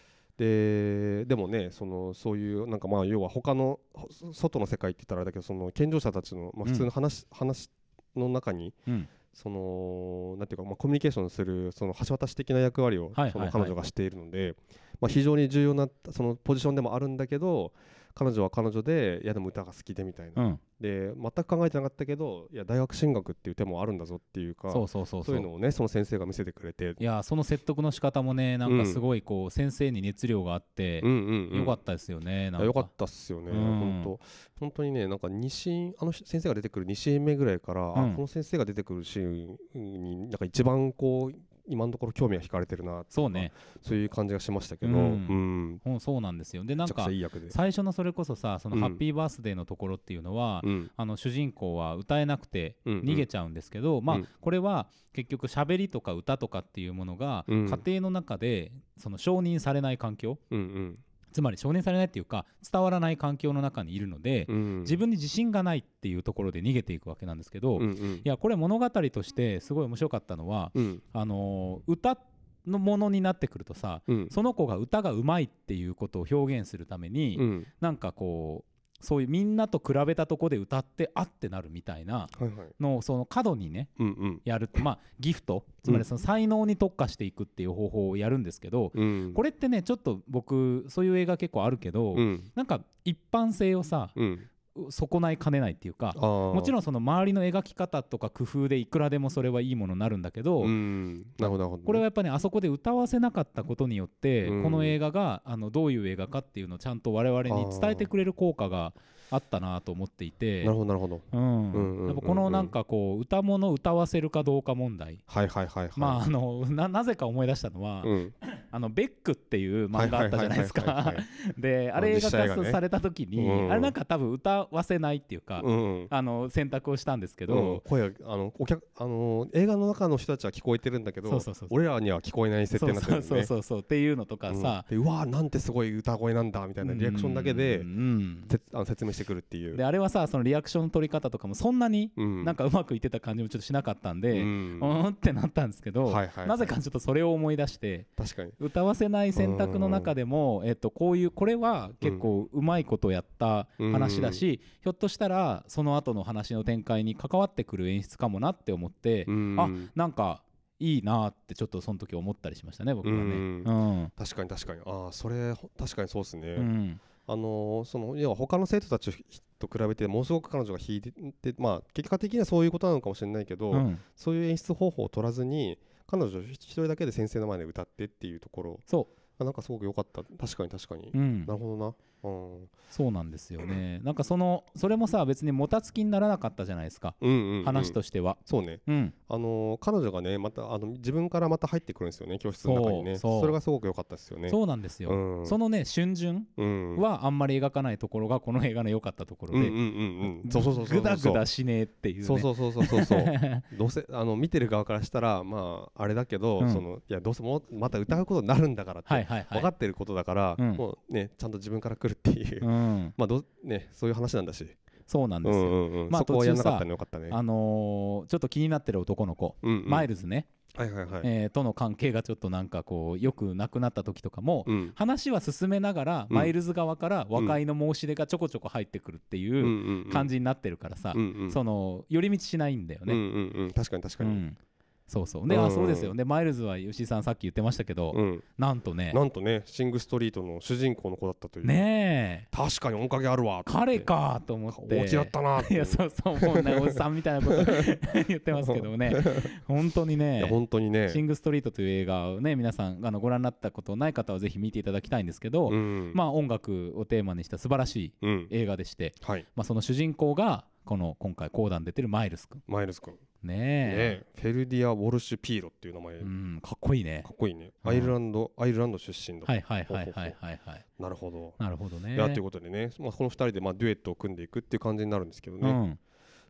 [SPEAKER 2] ででもねそのそういうなんかまあ要は他のほ外の世界って言ったらあれだけどその健常者たちの、まあ、
[SPEAKER 1] うん
[SPEAKER 2] 普通の話,、話の中に
[SPEAKER 1] うん
[SPEAKER 2] そのなんていうか、まあ、コミュニケーションするその橋渡し的な役割を
[SPEAKER 1] はい
[SPEAKER 2] そ
[SPEAKER 1] はいは
[SPEAKER 2] の
[SPEAKER 1] い
[SPEAKER 2] 彼女がしているので、まあ、非常に重要なそのポジションでもあるんだけど彼女は彼女でいやでも歌が好きでみたいな、
[SPEAKER 1] うん、
[SPEAKER 2] で全く考えてなかったけどいや大学進学っていう手もあるんだぞっていうか
[SPEAKER 1] そうそうそう
[SPEAKER 2] そういうのをねその先生が見せてくれて
[SPEAKER 1] いやーその説得の仕方もねなん
[SPEAKER 2] う
[SPEAKER 1] か
[SPEAKER 2] ん
[SPEAKER 1] すごいこう、先生に熱量があって、
[SPEAKER 2] うんうんうん
[SPEAKER 1] よかったですよねなん
[SPEAKER 2] いや
[SPEAKER 1] か
[SPEAKER 2] よかったっすよね、
[SPEAKER 1] うん
[SPEAKER 2] 本当本当にねなんか2シーンあの先生が出てくる2シーン目ぐらいから、あ
[SPEAKER 1] うん
[SPEAKER 2] この先生が出てくるシーンになんか一番こう今のところ興味が惹かれてるな
[SPEAKER 1] そうね
[SPEAKER 2] そういう感じがしましたけど、
[SPEAKER 1] う
[SPEAKER 2] うんん
[SPEAKER 1] うんそうなんですよでな
[SPEAKER 2] め
[SPEAKER 1] ん
[SPEAKER 2] ちゃくち
[SPEAKER 1] か
[SPEAKER 2] ゃいい役で、
[SPEAKER 1] 最初のそれこそさその
[SPEAKER 2] うん
[SPEAKER 1] ハッピーバースデーのところっていうのは、
[SPEAKER 2] うん
[SPEAKER 1] あの主人公は歌えなくて
[SPEAKER 2] うんうん
[SPEAKER 1] 逃げちゃうんですけど、まあ
[SPEAKER 2] うん
[SPEAKER 1] これは結局喋りとか歌とかっていうものが
[SPEAKER 2] うん
[SPEAKER 1] 家庭の中でその承認されない環境
[SPEAKER 2] うん
[SPEAKER 1] つまり承認されないっていうか伝わらない環境の中にいるので
[SPEAKER 2] うんうん、
[SPEAKER 1] 自分に自信がないっていうところで逃げていくわけなんですけど、
[SPEAKER 2] うん
[SPEAKER 1] い
[SPEAKER 2] うん
[SPEAKER 1] やこれ物語としてすごい面白かったのは、
[SPEAKER 2] うん
[SPEAKER 1] あのー歌のものになってくるとさ
[SPEAKER 2] うん
[SPEAKER 1] その子が歌がうまいっていうことを表現するために、
[SPEAKER 2] うん
[SPEAKER 1] なんかこうそういうみんなと比べたとこで歌ってあってなるみたいな
[SPEAKER 2] はいはい
[SPEAKER 1] のをその過度にね
[SPEAKER 2] うんうん
[SPEAKER 1] や るまあギフトつまりその才能に特化していくっていう方法をやるんですけど、
[SPEAKER 2] うん
[SPEAKER 1] これってねちょっと僕そういう映画結構あるけど、
[SPEAKER 2] うん
[SPEAKER 1] なんか一般性をさ
[SPEAKER 2] うん
[SPEAKER 1] 損ないかねないっていうかも
[SPEAKER 2] も
[SPEAKER 1] ちろんその周りの描き方とか工夫でいくらでもそれはいいものになるんだけど、
[SPEAKER 2] うんなるほどなるほどね
[SPEAKER 1] これはやっぱねあそこで歌わせなかったことによって、
[SPEAKER 2] うん
[SPEAKER 1] この映画があのどういう映画かっていうのをちゃんと我々に伝えてくれる効果があったなと思っていて
[SPEAKER 2] なるほどなるほど
[SPEAKER 1] うん
[SPEAKER 2] うんうんうんうん
[SPEAKER 1] やっぱこのなんかこう歌物を歌わせるかどうか問題
[SPEAKER 2] はいはいはいはい
[SPEAKER 1] まああのななぜか思い出したのは、
[SPEAKER 2] うん
[SPEAKER 1] あのベックっていう漫画あったじゃないです
[SPEAKER 2] はは
[SPEAKER 1] か
[SPEAKER 2] はは
[SPEAKER 1] であれ映画
[SPEAKER 2] 実写映画
[SPEAKER 1] 化
[SPEAKER 2] ね
[SPEAKER 1] された時に、
[SPEAKER 2] うん
[SPEAKER 1] あれなんか多分歌わせないっていうか、
[SPEAKER 2] いうん
[SPEAKER 1] あの選択をしたんですけ
[SPEAKER 2] うん
[SPEAKER 1] ど、
[SPEAKER 2] 声あのお客あの映画の中の人たちは聞こえてるんだけど
[SPEAKER 1] そうそうそう
[SPEAKER 2] 俺らには聞こえない設定
[SPEAKER 1] そ
[SPEAKER 2] に
[SPEAKER 1] う
[SPEAKER 2] なって
[SPEAKER 1] そ
[SPEAKER 2] る
[SPEAKER 1] う
[SPEAKER 2] んだ
[SPEAKER 1] そうそうそうっていうのとか
[SPEAKER 2] ね
[SPEAKER 1] さ、
[SPEAKER 2] うんでうわーなんてすごい歌声なんだみたいなリアクションだけで
[SPEAKER 1] うんうん
[SPEAKER 2] てあの説明してくるっていう
[SPEAKER 1] であれはさそのリアクションの取り方とかもそんなに
[SPEAKER 2] うん
[SPEAKER 1] なんかうまくいってた感じもちょっとしなかったんで、
[SPEAKER 2] う
[SPEAKER 1] うん、
[SPEAKER 2] ん
[SPEAKER 1] ーんってなったんですけど、
[SPEAKER 2] はいはい
[SPEAKER 1] なぜかちょっとそれを思い出して
[SPEAKER 2] 確かに
[SPEAKER 1] 歌わせない選択の中でも、えっと、こういうこれは結構うまいことやった話だし、ひょっとしたらその後の話の展開に関わってくる演出かもなって思って、
[SPEAKER 2] うん
[SPEAKER 1] あなんかいいなってちょっとその時思ったりしましたね僕はね。う
[SPEAKER 2] うん
[SPEAKER 1] ん
[SPEAKER 2] 確かに確かにああそれほ確かにそうですね、
[SPEAKER 1] うん
[SPEAKER 2] あのーその要は他の生徒たちと比べてものすごく彼女が引いててまあ結果的にはそういうことなのかもしれないけど、
[SPEAKER 1] うん
[SPEAKER 2] そういう演出方法を取らずに彼女一人だけで先生の前で歌ってっていうところ
[SPEAKER 1] そ
[SPEAKER 2] がなんかすごく良かった確かに確かに、
[SPEAKER 1] う、うん
[SPEAKER 2] な、るほどなうん
[SPEAKER 1] そうなんですよね。なんかそのそれもさ別にもたつきにならなかったじゃないですか、
[SPEAKER 2] うんうんうん
[SPEAKER 1] 話としては。
[SPEAKER 2] そうね
[SPEAKER 1] うん、
[SPEAKER 2] あのー彼女がねまたあの自分からまた入ってくるんですよね教室の中にね
[SPEAKER 1] そうそう
[SPEAKER 2] れがすごく良かったですよね
[SPEAKER 1] そうなんですよ。
[SPEAKER 2] うん
[SPEAKER 1] そのね春巡
[SPEAKER 2] うん
[SPEAKER 1] はあんまり描かないところがこの映画の良かったところ
[SPEAKER 2] うんう
[SPEAKER 1] で、
[SPEAKER 2] んうんうんそうそうそうそうそう
[SPEAKER 1] グダグダしねえっていうね。
[SPEAKER 2] そうそうそうそうそ うそうどうせあの見てる側からしたらまああれだけど、
[SPEAKER 1] うん
[SPEAKER 2] そのいやどうせもうまた歌うことになるんだからって、
[SPEAKER 1] はいはいはい。
[SPEAKER 2] 分かってることだから、
[SPEAKER 1] うん
[SPEAKER 2] もうねちゃんと自分から来るっていう、
[SPEAKER 1] うん、
[SPEAKER 2] まあどうねそういう話なんだし
[SPEAKER 1] そうなんですよ。
[SPEAKER 2] うんうんうん
[SPEAKER 1] まあ
[SPEAKER 2] そこはやんなかっ
[SPEAKER 1] 途中さ
[SPEAKER 2] たのよかったね
[SPEAKER 1] あのーちょっと気になってる男の子、
[SPEAKER 2] うんうん
[SPEAKER 1] マイルズね、
[SPEAKER 2] はいはいはい、
[SPEAKER 1] えーとの関係がちょっとなんかこうよくなくなった時とかも、
[SPEAKER 2] うん
[SPEAKER 1] 話は進めながら、
[SPEAKER 2] うん
[SPEAKER 1] マイルズ側から和解の申し出がちょこちょこ入ってくるって
[SPEAKER 2] うんう
[SPEAKER 1] いうん
[SPEAKER 2] うん
[SPEAKER 1] 感じになってるからさ、
[SPEAKER 2] うんうん
[SPEAKER 1] その寄り道しないんだよ
[SPEAKER 2] うん
[SPEAKER 1] ね。
[SPEAKER 2] うんうん確かに確か
[SPEAKER 1] う
[SPEAKER 2] に、
[SPEAKER 1] んそうそうで、
[SPEAKER 2] うんう
[SPEAKER 1] あ
[SPEAKER 2] ん
[SPEAKER 1] そうですよでマイルズは吉井さんさっき言ってましたけど、
[SPEAKER 2] うん
[SPEAKER 1] なんとね
[SPEAKER 2] なんとねシングストリートの主人公の子だったという
[SPEAKER 1] ねえ
[SPEAKER 2] 確かに面影あるわって
[SPEAKER 1] 彼かと思って
[SPEAKER 2] 大きだったなって
[SPEAKER 1] い
[SPEAKER 2] い
[SPEAKER 1] や
[SPEAKER 2] う
[SPEAKER 1] そうそうもうねおじさんみたいなこと 言ってますけども ね本当に
[SPEAKER 2] い
[SPEAKER 1] ね
[SPEAKER 2] や本当にね
[SPEAKER 1] シング・ストリート」という映画をね皆さんあのご覧になったことない方はぜひ見ていただきたいんですけど、
[SPEAKER 2] うん
[SPEAKER 1] まあ音楽をテーマにした素晴らしい
[SPEAKER 2] うん
[SPEAKER 1] 映画でして、
[SPEAKER 2] はい
[SPEAKER 1] まあ、その主人公がこの今回講談出てるマイルス君
[SPEAKER 2] マイルズ君
[SPEAKER 1] ね
[SPEAKER 2] ね
[SPEAKER 1] え、
[SPEAKER 2] フェルディア・ウォルシュ・ピーロっていう名前、
[SPEAKER 1] う
[SPEAKER 2] か
[SPEAKER 1] んかっこいいね
[SPEAKER 2] っこいいね、
[SPEAKER 1] うん
[SPEAKER 2] アイルランドアイルランド出身だ、
[SPEAKER 1] はいはいはいはいはいはい
[SPEAKER 2] なるほど、
[SPEAKER 1] なるほどね
[SPEAKER 2] いやということでね、まあ、この2人でまあデュエットを組んでいくっていう感じになるんですけどね、
[SPEAKER 1] うん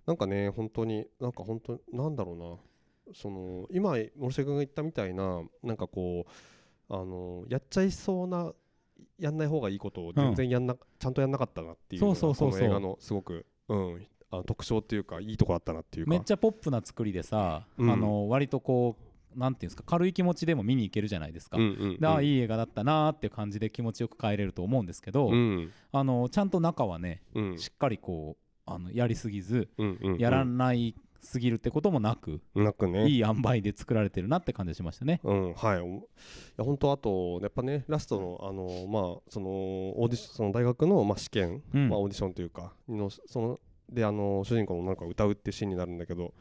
[SPEAKER 2] なんかね本当になんか本当なんだろうなその今森瀬君が言ったみたいななんかこうあのやっちゃいそうなやんない方がいいことを全然やんな、ちゃんとやんなかったなっていうのが
[SPEAKER 1] そうそうそうそう
[SPEAKER 2] この映画のすごく、うん、あの特徴っていうかいいとこだったなっていうか
[SPEAKER 1] めっちゃポップな作りでさ、
[SPEAKER 2] うん
[SPEAKER 1] あの割とこうなんていうんですか軽い気持ちでも見に行けるじゃないですか、
[SPEAKER 2] うんうんうん
[SPEAKER 1] でああいい映画だったなーって感じで気持ちよく帰れると思うんですけど、
[SPEAKER 2] うん
[SPEAKER 1] あのちゃんと中はね
[SPEAKER 2] うん
[SPEAKER 1] しっかりこうあのやりすぎず
[SPEAKER 2] うんうんうん
[SPEAKER 1] やらない、すぎるってこともなく、
[SPEAKER 2] なくね
[SPEAKER 1] いい塩梅で作られてるなって感じがしましたね。
[SPEAKER 2] うんはい、おいや本当あとやっぱねラストのあの、まあ、そのオーディションその大学の、まあ、試験、
[SPEAKER 1] うん
[SPEAKER 2] まあ、オーディションというかのそのであの主人公のなんか歌うっていうシーンになるんだけどい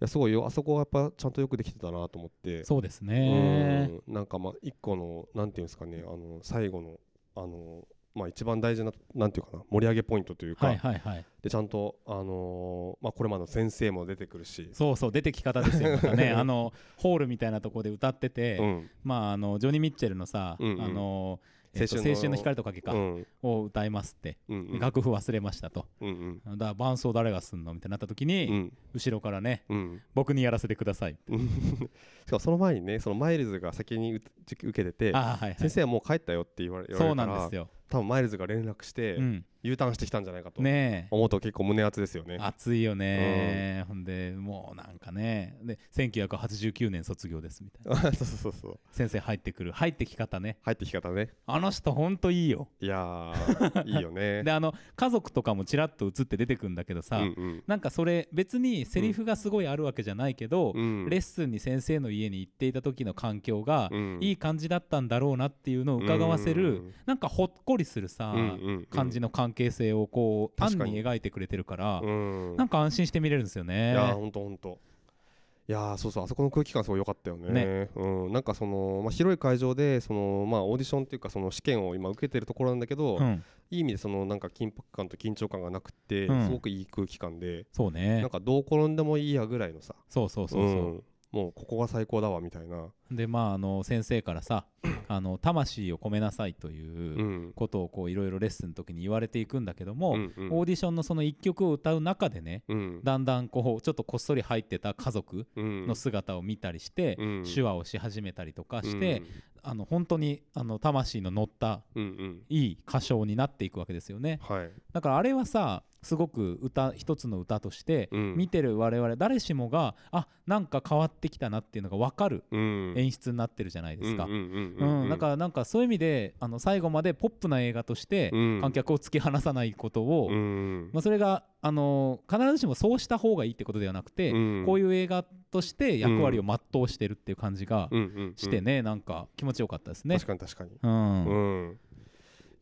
[SPEAKER 2] やすごいよあそこはやっぱちゃんとよくできてたなと思って
[SPEAKER 1] そうですね。
[SPEAKER 2] うんなんかまあ一個のなんていうんですかねあの最後のあの、まあ、一番大事ななんていうかな盛り上げポイントというか、
[SPEAKER 1] はいはいはい。
[SPEAKER 2] でちゃんと、あのーまあ、これまでの先生も出てくるし。
[SPEAKER 1] そうそう、出てき方ですよ。またね、あの、ホールみたいなとこで歌ってて、
[SPEAKER 2] うん
[SPEAKER 1] まあ、あの、ジョニー・ミッチェルのさ、
[SPEAKER 2] うんうん
[SPEAKER 1] あの、えっと
[SPEAKER 2] 青春の
[SPEAKER 1] 青春の光と影か、
[SPEAKER 2] うん
[SPEAKER 1] を歌いますって、
[SPEAKER 2] うんうん
[SPEAKER 1] 楽譜忘れましたと。
[SPEAKER 2] うん
[SPEAKER 1] だから伴奏誰がすんのみたいになった時に、
[SPEAKER 2] うんうん
[SPEAKER 1] 後ろからね、
[SPEAKER 2] うん
[SPEAKER 1] 僕にやらせてください。
[SPEAKER 2] うんしかもその前にねそのマイルズが先にう受けてて
[SPEAKER 1] ああ、はい、は
[SPEAKER 2] 先
[SPEAKER 1] い。
[SPEAKER 2] 生はもう帰ったよって言われ言われ
[SPEAKER 1] そう
[SPEAKER 2] るか
[SPEAKER 1] なんで
[SPEAKER 2] ら
[SPEAKER 1] すよ。
[SPEAKER 2] 多分マイルズが連絡して
[SPEAKER 1] うん。
[SPEAKER 2] U ターンしてきたんじゃないかと
[SPEAKER 1] ねえ。
[SPEAKER 2] 思うと結構胸熱ですよね。
[SPEAKER 1] 暑いよね、ほんでもうなんかねで1989年卒業ですみたいな
[SPEAKER 2] そうそうそうそう
[SPEAKER 1] 先生入ってくる入ってき方ね
[SPEAKER 2] 入ってき方ね
[SPEAKER 1] あの人ほんといいよ
[SPEAKER 2] い やーいいよね。
[SPEAKER 1] であの家族とかもちらっと映って出てくんだけどさ、
[SPEAKER 2] うんうん
[SPEAKER 1] なんかそれ別にセリフがすごいあるわけじゃないけど、
[SPEAKER 2] うん
[SPEAKER 1] レッスンに先生の家に行っていた時の環境が
[SPEAKER 2] うん
[SPEAKER 1] いい感じだったんだろうなっていうのを伺わせる、
[SPEAKER 2] うん
[SPEAKER 1] なんかほっこりするさ、
[SPEAKER 2] うんうんうん
[SPEAKER 1] 感じの関係性をこう単
[SPEAKER 2] 確かに
[SPEAKER 1] に描いてくれてるから、
[SPEAKER 2] うん
[SPEAKER 1] なんか安心して見れるんですよね。
[SPEAKER 2] いやーほんとほんといやーそうそうあそこの空気感すごい良かったよねうん、なんかその、まあ、広い会場でその、まあ、オーディションっていうかその試験を今受けてるところなんだけど、
[SPEAKER 1] うん、
[SPEAKER 2] いい意味でそのなんか緊迫感と緊張感がなくて、
[SPEAKER 1] うん
[SPEAKER 2] すごくいい空気感で、
[SPEAKER 1] そうね
[SPEAKER 2] なんかどう転んでもいいやぐらいのさ
[SPEAKER 1] そうそうそうそう、
[SPEAKER 2] んもうここが最高だわみたいな、
[SPEAKER 1] でまああの先生から さ「あの魂を込めなさい」と
[SPEAKER 2] う
[SPEAKER 1] いうんことをこういろいろレッスンの時に言われていくんだけども、
[SPEAKER 2] うんうん
[SPEAKER 1] オーディションのその1曲を歌う中でね
[SPEAKER 2] うん
[SPEAKER 1] だんだんこうちょっとこっそり入ってた家族
[SPEAKER 2] うん
[SPEAKER 1] の姿を見たりして、
[SPEAKER 2] うん
[SPEAKER 1] 手話をし始めたりとかして、、あの本当にあの魂の乗った
[SPEAKER 2] うんうん
[SPEAKER 1] いい歌唱になっていくわけですよね
[SPEAKER 2] うんはい、
[SPEAKER 1] だからあれはさすごく歌一つの歌として
[SPEAKER 2] うん
[SPEAKER 1] 見てる我々誰しもがあなんか変わってきたなっていうのが分かる
[SPEAKER 2] うん
[SPEAKER 1] 演出になってるじゃないですか
[SPEAKER 2] うん。うんう
[SPEAKER 1] うん
[SPEAKER 2] うん
[SPEAKER 1] ん、だからなんかそういう意味であの最後までポップな映画として
[SPEAKER 2] うん
[SPEAKER 1] 観客を突き放さないことを、
[SPEAKER 2] うん
[SPEAKER 1] まあ、それが、あのー必ずしもそうした方がいいってことではなくて、
[SPEAKER 2] うん
[SPEAKER 1] こういう映画として役割を全うしてるっていう感じが
[SPEAKER 2] うんうんうん
[SPEAKER 1] してね、なんか気持ちよかったですね
[SPEAKER 2] 確。かに確かに
[SPEAKER 1] うん
[SPEAKER 2] うん、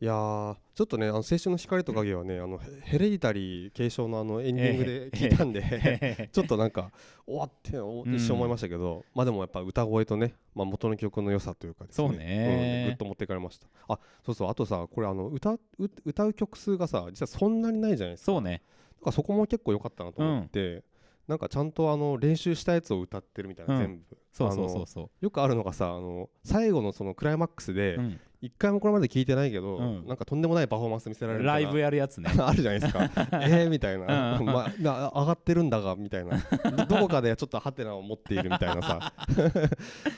[SPEAKER 2] いやーちょっとねあの青春の光と影はねあのヘヘレディタリー継承のあのエンディングで聞いたんで、ちょっとなんかおわってお
[SPEAKER 1] うん
[SPEAKER 2] 一瞬思いましたけど、まあでもやっぱ歌声とね、まあ、元の曲の良さというかですね
[SPEAKER 1] そうね
[SPEAKER 2] んぐっと持っていかれましたあそうそうあとさこれあの歌う歌う曲数がさ実はそんなにないじゃないですか
[SPEAKER 1] そうね
[SPEAKER 2] だからそこも結構良かったなと思って、なんかちゃんとあの練習したやつを歌ってるみたいな、
[SPEAKER 1] うん
[SPEAKER 2] 全部
[SPEAKER 1] そうそう
[SPEAKER 2] あ
[SPEAKER 1] そう
[SPEAKER 2] の
[SPEAKER 1] そ
[SPEAKER 2] よくあるのがさあの最後のそのクライマックスで、
[SPEAKER 1] う、うん
[SPEAKER 2] 一回もこれまで聞いてないけど、
[SPEAKER 1] うん
[SPEAKER 2] なんかとんでもないパフォーマンス見せられるから
[SPEAKER 1] ライブやるやつね
[SPEAKER 2] あるじゃな いですかえーみたいな、
[SPEAKER 1] うん
[SPEAKER 2] まあな上がってるんだがみたいなどどこかでちょっとハテナを持っているみたいなさ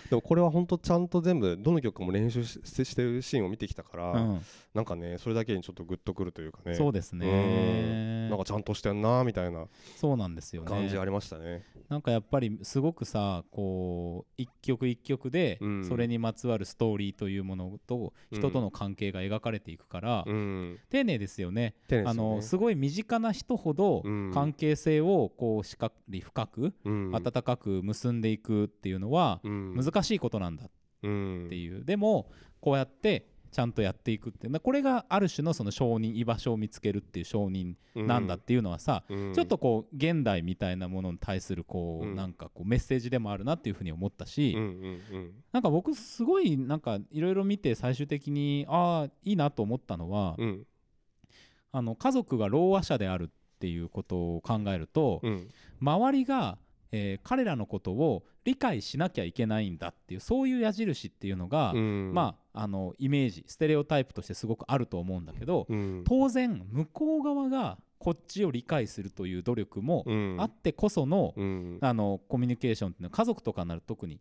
[SPEAKER 2] でもこれは本当ちゃんと全部どの曲も練習しししてるシーンを見てきたから、
[SPEAKER 1] うん、
[SPEAKER 2] なんかねそれだけにちょっとグッとくるというかね
[SPEAKER 1] そうです
[SPEAKER 2] うん
[SPEAKER 1] ね
[SPEAKER 2] なんかちゃんとしてんなみたいな
[SPEAKER 1] そうなんですよね
[SPEAKER 2] 感じありましたね
[SPEAKER 1] なんかやっぱりすごくさこう一曲一曲で
[SPEAKER 2] うん
[SPEAKER 1] それにまつわるストーリーというものと
[SPEAKER 2] うん
[SPEAKER 1] 人との関係が描かれていくから、
[SPEAKER 2] うん
[SPEAKER 1] 丁寧ですよね
[SPEAKER 2] 丁寧ですよね
[SPEAKER 1] あのすごい身近な人ほど
[SPEAKER 2] うん
[SPEAKER 1] 関係性をこうしっかり深く
[SPEAKER 2] うん
[SPEAKER 1] 温かく結んでいくっていうのは
[SPEAKER 2] うん
[SPEAKER 1] 難しいことなんだ
[SPEAKER 2] うん
[SPEAKER 1] っていう、でもこうやってちゃんとやっていくっていうなこれがある種のその証人居場所を見つけるっていう証人なんだっていうのはさ、
[SPEAKER 2] うん
[SPEAKER 1] ちょっとこう現代みたいなものに対するこう、
[SPEAKER 2] うん
[SPEAKER 1] なんかこうメッセージでもあるなっていうふうに思ったし、
[SPEAKER 2] うんうんうん
[SPEAKER 1] なんか僕すごいなんかいろいろ見て最終的にああいいなと思ったのは、
[SPEAKER 2] うん
[SPEAKER 1] あの家族がろう話者であるっていうことを考えると、
[SPEAKER 2] うん
[SPEAKER 1] 周りが、えー彼らのことを理解しなきゃいけないんだっていうそういう矢印っていうのが、
[SPEAKER 2] うん
[SPEAKER 1] まああのイメージステレオタイプとしてすごくあると思うんだけど、
[SPEAKER 2] うん
[SPEAKER 1] 当然向こう側がこっちを理解するという努力も
[SPEAKER 2] うん
[SPEAKER 1] あってこその、
[SPEAKER 2] うん
[SPEAKER 1] あのコミュニケーションっていうのは家族とかになると特に、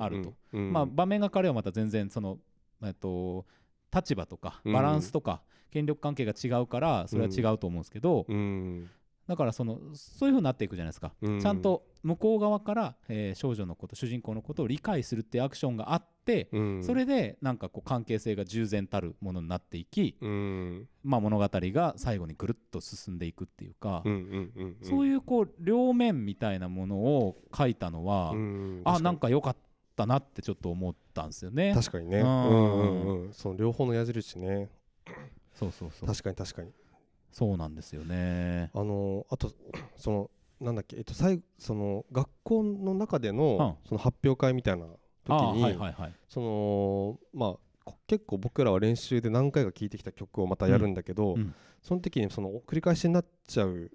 [SPEAKER 1] あ
[SPEAKER 2] あ
[SPEAKER 1] ると、
[SPEAKER 2] うんうん
[SPEAKER 1] まあ、場面が変わればまた全然その、えっと、立場とか
[SPEAKER 2] うん
[SPEAKER 1] バランスとか、権力関係が違うからそれは違うと思うんですけど、
[SPEAKER 2] うん
[SPEAKER 1] だからそのそういう風になっていくじゃないですか、
[SPEAKER 2] うん
[SPEAKER 1] ちゃんと向こう側から、えー少女のこと主人公のことを理解するっていうアクションがあって、
[SPEAKER 2] うん
[SPEAKER 1] それでなんかこう関係性が従前たるものになっていき、
[SPEAKER 2] うん
[SPEAKER 1] まあ、物語が最後にぐるっと進んでいくっていうか、
[SPEAKER 2] うんうんうん
[SPEAKER 1] そういうこう両面みたいなものを書いたのは、
[SPEAKER 2] うん
[SPEAKER 1] あなん
[SPEAKER 2] か
[SPEAKER 1] か良かったなってちょっと思ったんですよね。
[SPEAKER 2] 確かにね
[SPEAKER 1] う
[SPEAKER 2] うんんうんうんその両方の矢印ね
[SPEAKER 1] そうそうそう
[SPEAKER 2] 確かに確かに
[SPEAKER 1] そうなんですよね。
[SPEAKER 2] あのあとそのなんだっけえっと最後その学校の中でのその発表会みたいな時
[SPEAKER 1] あーはい
[SPEAKER 2] に
[SPEAKER 1] はいはい。
[SPEAKER 2] そのまあこ結構僕らは練習で何回か聴いてきた曲をまたやるんだけど、
[SPEAKER 1] うんうん
[SPEAKER 2] その時にその繰り返しになっちゃうん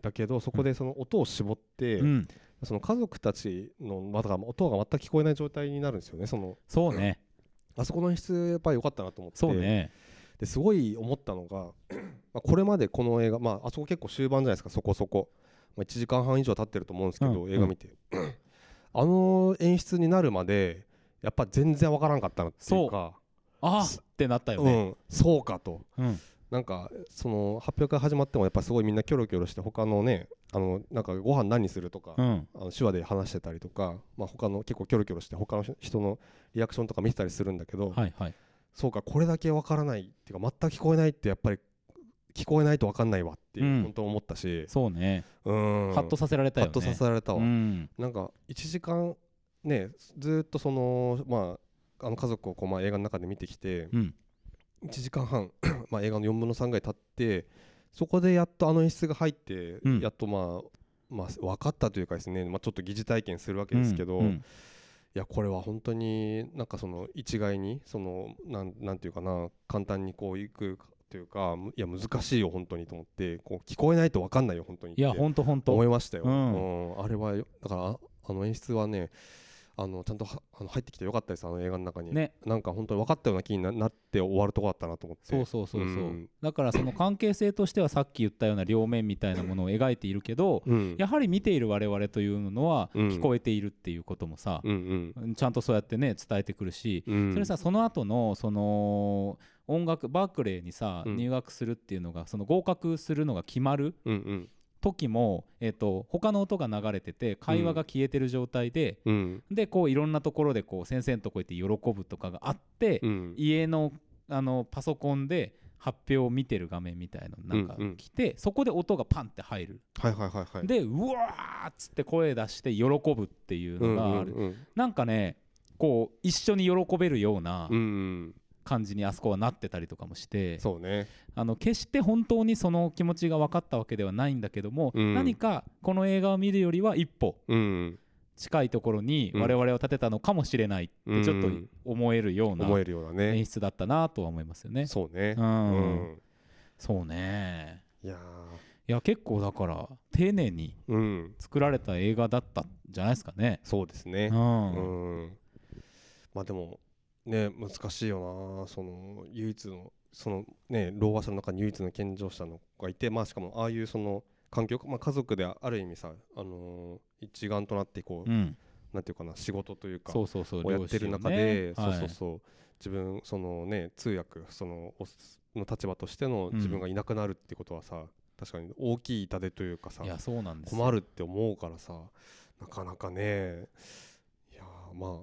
[SPEAKER 2] だけどそこでその音を絞って、
[SPEAKER 1] うん、
[SPEAKER 2] その家族たちのまだ音が全く聞こえない状態になるんですよねその
[SPEAKER 1] そうね、
[SPEAKER 2] あそこの演出やっぱり良かったなと思って
[SPEAKER 1] そうね。
[SPEAKER 2] ですごい思ったのがまあこれまでこの映画、まあ、あそこ結構終盤じゃないですかそこそこ、まあ、1時間半以上経ってると思うんですけど、
[SPEAKER 1] うん
[SPEAKER 2] 映画見て あの演出になるまでやっぱ全然わからんかったなっていうか
[SPEAKER 1] あーってなったよ
[SPEAKER 2] う
[SPEAKER 1] ね。
[SPEAKER 2] ん、そうかと
[SPEAKER 1] うん、
[SPEAKER 2] なんかその発表会始まってもやっぱすごいみんなキョロキョロして他のねあのなんかご飯何するとか、
[SPEAKER 1] うん、
[SPEAKER 2] あの手話で話してたりとか、まあ、他の結構キョロキョロして他の人のリアクションとか見てたりするんだけど、
[SPEAKER 1] はいはい。
[SPEAKER 2] そうかこれだけわからないっていうか全く聞こえないってやっぱり聞こえないとわかんないわっていう、
[SPEAKER 1] うん
[SPEAKER 2] 本当思ったし
[SPEAKER 1] そうね。
[SPEAKER 2] うーん
[SPEAKER 1] ハッとさせられたよ
[SPEAKER 2] ハ
[SPEAKER 1] ね。
[SPEAKER 2] ッとさせられたわ、
[SPEAKER 1] うん、
[SPEAKER 2] なんか1時間ねずーっとそのまああの家族をこうまあ映画の中で見てきて
[SPEAKER 1] うん、
[SPEAKER 2] 1時間半 まあ映画の4分の3ぐらい経ってそこでやっとあの演出が入って、
[SPEAKER 1] うん
[SPEAKER 2] やっとまあまあ、分かったというかですね、まあ、ちょっと疑似体験するわけですけど、
[SPEAKER 1] うんうん
[SPEAKER 2] いやこれは本当になんかその一概にそのなんなんていうかな簡単にこういくというかむいや難しいよ本当にと思ってこう聞こえないと分かんないよ本当にっ
[SPEAKER 1] い
[SPEAKER 2] て
[SPEAKER 1] やほんとほん
[SPEAKER 2] 思
[SPEAKER 1] と。
[SPEAKER 2] いましたよ、
[SPEAKER 1] う
[SPEAKER 2] うんあれはよだからああの演出はねあのちゃんとはあの入ってきてよかったですあの映画の中に、
[SPEAKER 1] ね、
[SPEAKER 2] なんか本当に分かったような気にななって終わるとこだったなと思って
[SPEAKER 1] そうそうそうそう、
[SPEAKER 2] うん
[SPEAKER 1] だからその関係性としてはさっき言ったような両面みたいなものを描いているけど、
[SPEAKER 2] うん
[SPEAKER 1] やはり見ている我々というのは
[SPEAKER 2] うん
[SPEAKER 1] 聞こえているっていうこともさ、
[SPEAKER 2] うん
[SPEAKER 1] ちゃんとそうやってね伝えてくるし、
[SPEAKER 2] うんうん
[SPEAKER 1] それさその後のその音楽バークレーにさ、
[SPEAKER 2] うん
[SPEAKER 1] 入学するっていうのがその合格するのが決まる
[SPEAKER 2] うんうん
[SPEAKER 1] 時も、えっと他の音が流れてて会話が消えてる状態で、
[SPEAKER 2] うん
[SPEAKER 1] でこういろんなところでこう先生のとこ行って喜ぶとかがあって、
[SPEAKER 2] うん
[SPEAKER 1] 家のあのパソコンで発表を見てる画面みたいのなんか
[SPEAKER 2] うんうん
[SPEAKER 1] 来て、そこで音がパンって入る、
[SPEAKER 2] はいはいはいはい
[SPEAKER 1] でうわーっつって声出して喜ぶっていう
[SPEAKER 2] う
[SPEAKER 1] の
[SPEAKER 2] ん
[SPEAKER 1] がある、
[SPEAKER 2] うん
[SPEAKER 1] なんかねこう一緒に喜べるような
[SPEAKER 2] うんうん
[SPEAKER 1] 感じにあそこはなってたりとかもして、
[SPEAKER 2] そうね
[SPEAKER 1] あの決して本当にその気持ちが分かったわけではないんだけども、
[SPEAKER 2] うん
[SPEAKER 1] 何かこの映画を見るよりは一歩
[SPEAKER 2] うん
[SPEAKER 1] 近いところに我々を立てたのかもしれないってちょっと
[SPEAKER 2] うん
[SPEAKER 1] 思えるような
[SPEAKER 2] 思えるようなね
[SPEAKER 1] 演出だったなとは思いますよね。
[SPEAKER 2] そうね
[SPEAKER 1] う
[SPEAKER 2] うん
[SPEAKER 1] んそうね
[SPEAKER 2] いや
[SPEAKER 1] いや結構だから丁寧に
[SPEAKER 2] ーうん
[SPEAKER 1] 作られた映画だったんじゃないですかね。
[SPEAKER 2] そうです
[SPEAKER 1] う、
[SPEAKER 2] ねうんんまあでもね難しいよなその唯一のそのね老和者の中に唯一の健常者の子がいてまあしかもああいうその環境まあ家族である意味さあのー一丸となってこう
[SPEAKER 1] うん、
[SPEAKER 2] なんていうかな仕事というか
[SPEAKER 1] そうそうそう
[SPEAKER 2] をやってる中
[SPEAKER 1] 両
[SPEAKER 2] で、
[SPEAKER 1] 親をねはい
[SPEAKER 2] そうそうそう自分そのね通訳そのおすの立場としての
[SPEAKER 1] うん
[SPEAKER 2] 自分がいなくなるってことはさ、確かに大きい痛手というかさ
[SPEAKER 1] いやそうなんですよ
[SPEAKER 2] 困るって思うからさなかなかねいやーま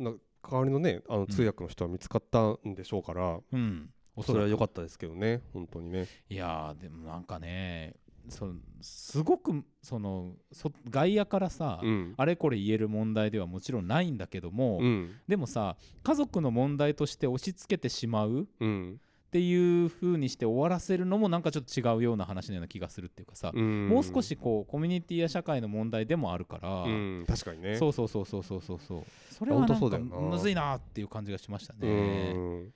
[SPEAKER 2] あな代わりのねあの通訳の人は見つかったんでしょうから、
[SPEAKER 1] うん、お
[SPEAKER 2] そ
[SPEAKER 1] らく
[SPEAKER 2] れは良かったですけどね本当にね
[SPEAKER 1] いやーでもなんかねそすごくそのそ外野からさ、
[SPEAKER 2] うん
[SPEAKER 1] あれこれ言える問題ではもちろんないんだけども、
[SPEAKER 2] うん
[SPEAKER 1] でもさ家族の問題として押し付けてしまう
[SPEAKER 2] うん
[SPEAKER 1] っていう風にして終わらせるのもなんかちょっと違うような話のような気がするっていうかさ、
[SPEAKER 2] うん
[SPEAKER 1] もう少しこうコミュニティや社会の問題でもあるから、
[SPEAKER 2] うん確かにね
[SPEAKER 1] そうそうそうそうそうそうそうそれはなん
[SPEAKER 2] ほんとそう
[SPEAKER 1] か
[SPEAKER 2] だよな
[SPEAKER 1] むずいなーっていう感じがしました
[SPEAKER 2] う
[SPEAKER 1] ね。
[SPEAKER 2] ん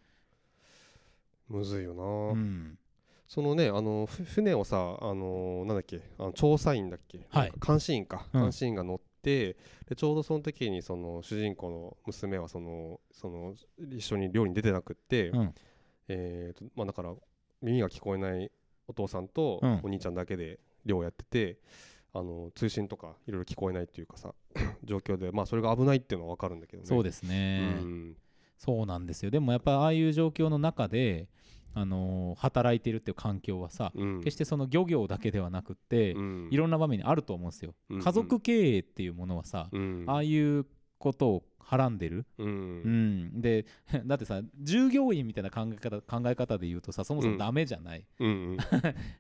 [SPEAKER 2] むずいよな、
[SPEAKER 1] うん
[SPEAKER 2] そのねあのふ船をさあのなんだっけあの調査員だっけ、
[SPEAKER 1] はい
[SPEAKER 2] なんか監視員か、
[SPEAKER 1] うん
[SPEAKER 2] 監視員が乗ってでちょうどその時にその主人公の娘はそのその一緒に漁に出てなくって、
[SPEAKER 1] うん
[SPEAKER 2] えーとまあ、だから耳が聞こえないお父さんと
[SPEAKER 1] うん
[SPEAKER 2] お兄ちゃんだけで漁をやってて、あの通信とかいろいろ聞こえないっていうかさ 状況で、まあ、それが危ないっていうのは分かるんだけどね。
[SPEAKER 1] そう
[SPEAKER 2] で
[SPEAKER 1] ですね、そうなんですよでもやっぱああいう状況の中であのー働いてるっていう環境はさ、
[SPEAKER 2] うん
[SPEAKER 1] 決してその漁業だけではなくって、
[SPEAKER 2] うん
[SPEAKER 1] いろんな場面にあると思うんですよ、
[SPEAKER 2] うんうん
[SPEAKER 1] 家族経営っていうものはさ、
[SPEAKER 2] うん
[SPEAKER 1] ああいうことをはらんでる、
[SPEAKER 2] う
[SPEAKER 1] うんん、で だってさ従業員みたいな考え方考え方で言うとさそもそもダメじゃない、
[SPEAKER 2] うん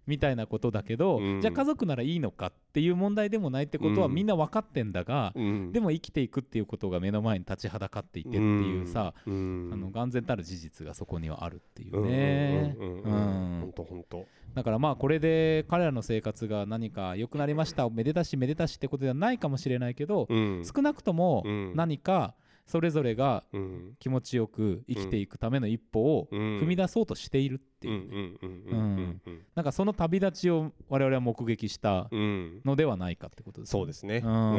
[SPEAKER 1] みたいなことだけど、
[SPEAKER 2] うん
[SPEAKER 1] じゃあ家族ならいいのかっていう問題でもないってことは
[SPEAKER 2] うん
[SPEAKER 1] みんな分かってんだが、
[SPEAKER 2] うん
[SPEAKER 1] で
[SPEAKER 2] も
[SPEAKER 1] も生きていくっていうことが目の前に立ちはだかっていてっていうさ、
[SPEAKER 2] うん
[SPEAKER 1] あの眼前たる事実がそこにはあるってい
[SPEAKER 2] うん
[SPEAKER 1] うね。
[SPEAKER 2] うん
[SPEAKER 1] う
[SPEAKER 2] うん本
[SPEAKER 1] ん
[SPEAKER 2] 当本当
[SPEAKER 1] だからまあこれで彼らの生活が何か良くなりましためでたしめでたしってことではないかもしれないけど、
[SPEAKER 2] うん
[SPEAKER 1] 少なくとも
[SPEAKER 2] うん
[SPEAKER 1] 何かそれぞれが
[SPEAKER 2] うん
[SPEAKER 1] 気持ちよく生きていくための一歩を
[SPEAKER 2] 踏
[SPEAKER 1] 踏み出そうとしているっていう、
[SPEAKER 2] うんうんうんうん
[SPEAKER 1] なんかその旅立ちを我々は目撃した
[SPEAKER 2] うんうん
[SPEAKER 1] のではないかってことですね
[SPEAKER 2] そうですね
[SPEAKER 1] う
[SPEAKER 2] うん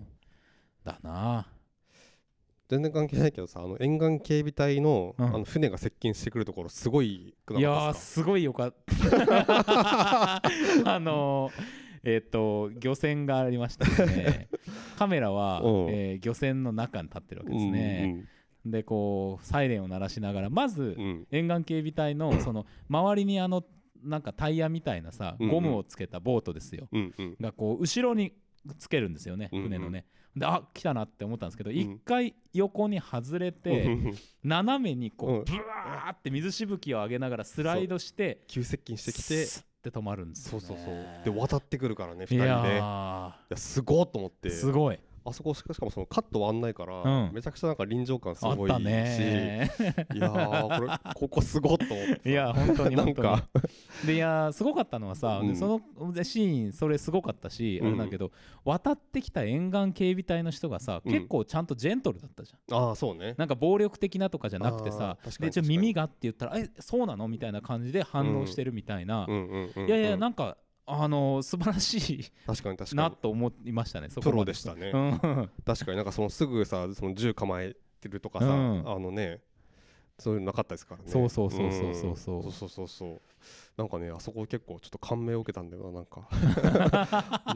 [SPEAKER 1] んだな
[SPEAKER 2] 全然関係ないけどさあの沿岸警備隊の
[SPEAKER 1] うん
[SPEAKER 2] あの船が接近してくるところすごいく
[SPEAKER 1] い
[SPEAKER 2] なか
[SPEAKER 1] や
[SPEAKER 2] っ
[SPEAKER 1] ー
[SPEAKER 2] たです
[SPEAKER 1] すごいよかった あのーえっ、と漁船がありました ねカメラは、
[SPEAKER 2] うん
[SPEAKER 1] えー漁船の中に立ってるわ
[SPEAKER 2] か
[SPEAKER 1] けですね、でこうサイレンを鳴らしながらまず、
[SPEAKER 2] うんうん
[SPEAKER 1] 沿岸警備隊のその周りにあのなんかタイヤみたいなさ
[SPEAKER 2] うんうん
[SPEAKER 1] ゴムをつけたボートですよ
[SPEAKER 2] うんうん
[SPEAKER 1] がこう後ろにつけるんですよね
[SPEAKER 2] うんうん
[SPEAKER 1] 船のねであ来たなって思ったんですけど
[SPEAKER 2] ん
[SPEAKER 1] 一回横に外れ
[SPEAKER 2] う
[SPEAKER 1] て
[SPEAKER 2] んうん
[SPEAKER 1] 斜めに
[SPEAKER 2] う
[SPEAKER 1] こ
[SPEAKER 2] ん
[SPEAKER 1] うブワーって水しぶきを上げながらスライドして
[SPEAKER 2] 急接近してきて
[SPEAKER 1] スッて止まるんです
[SPEAKER 2] そ
[SPEAKER 1] よね
[SPEAKER 2] うそうそうで渡ってくるからね2
[SPEAKER 1] い
[SPEAKER 2] 人でい
[SPEAKER 1] や
[SPEAKER 2] やすごっと思って
[SPEAKER 1] ーすごい
[SPEAKER 2] あそこしかしかもそのカット終わんないから、
[SPEAKER 1] うん
[SPEAKER 2] めちゃくちゃなんか臨場感す
[SPEAKER 1] あっ
[SPEAKER 2] ごいした
[SPEAKER 1] ね
[SPEAKER 2] いやーこれここすごっと思って
[SPEAKER 1] いや本当に
[SPEAKER 2] な
[SPEAKER 1] 本
[SPEAKER 2] ん
[SPEAKER 1] 当に
[SPEAKER 2] か
[SPEAKER 1] でいやーすごかったのはさ、
[SPEAKER 2] うん
[SPEAKER 1] でそのでシーンそれすごかったし、
[SPEAKER 2] うん
[SPEAKER 1] あれだけど渡ってきた沿岸警備隊の人がさ、
[SPEAKER 2] うん
[SPEAKER 1] 結構ちゃんとジェントルだったじゃん
[SPEAKER 2] ああそうね
[SPEAKER 1] なんか暴力的なとかじゃなくてさ
[SPEAKER 2] あー確かに
[SPEAKER 1] でちょ
[SPEAKER 2] 確かに
[SPEAKER 1] 耳がって言ったら「えそうなの?」みたいな感じで反応してるみたいな、
[SPEAKER 2] うんうんうんうん
[SPEAKER 1] いやいやなんかあのー素晴らし
[SPEAKER 2] 確かに確
[SPEAKER 1] いな
[SPEAKER 2] か
[SPEAKER 1] と思いましたねそ
[SPEAKER 2] に
[SPEAKER 1] こ
[SPEAKER 2] プ
[SPEAKER 1] ま
[SPEAKER 2] ロでしたね、
[SPEAKER 1] うん
[SPEAKER 2] 確かになんかそのすぐさその銃構えてるとかさ、
[SPEAKER 1] うん
[SPEAKER 2] あのねそういうのなかったですからね
[SPEAKER 1] そうそうそうそうそうそうん
[SPEAKER 2] そうそうそうそうなんかねあそこ結構ちょっと感銘を受けたんだよななん か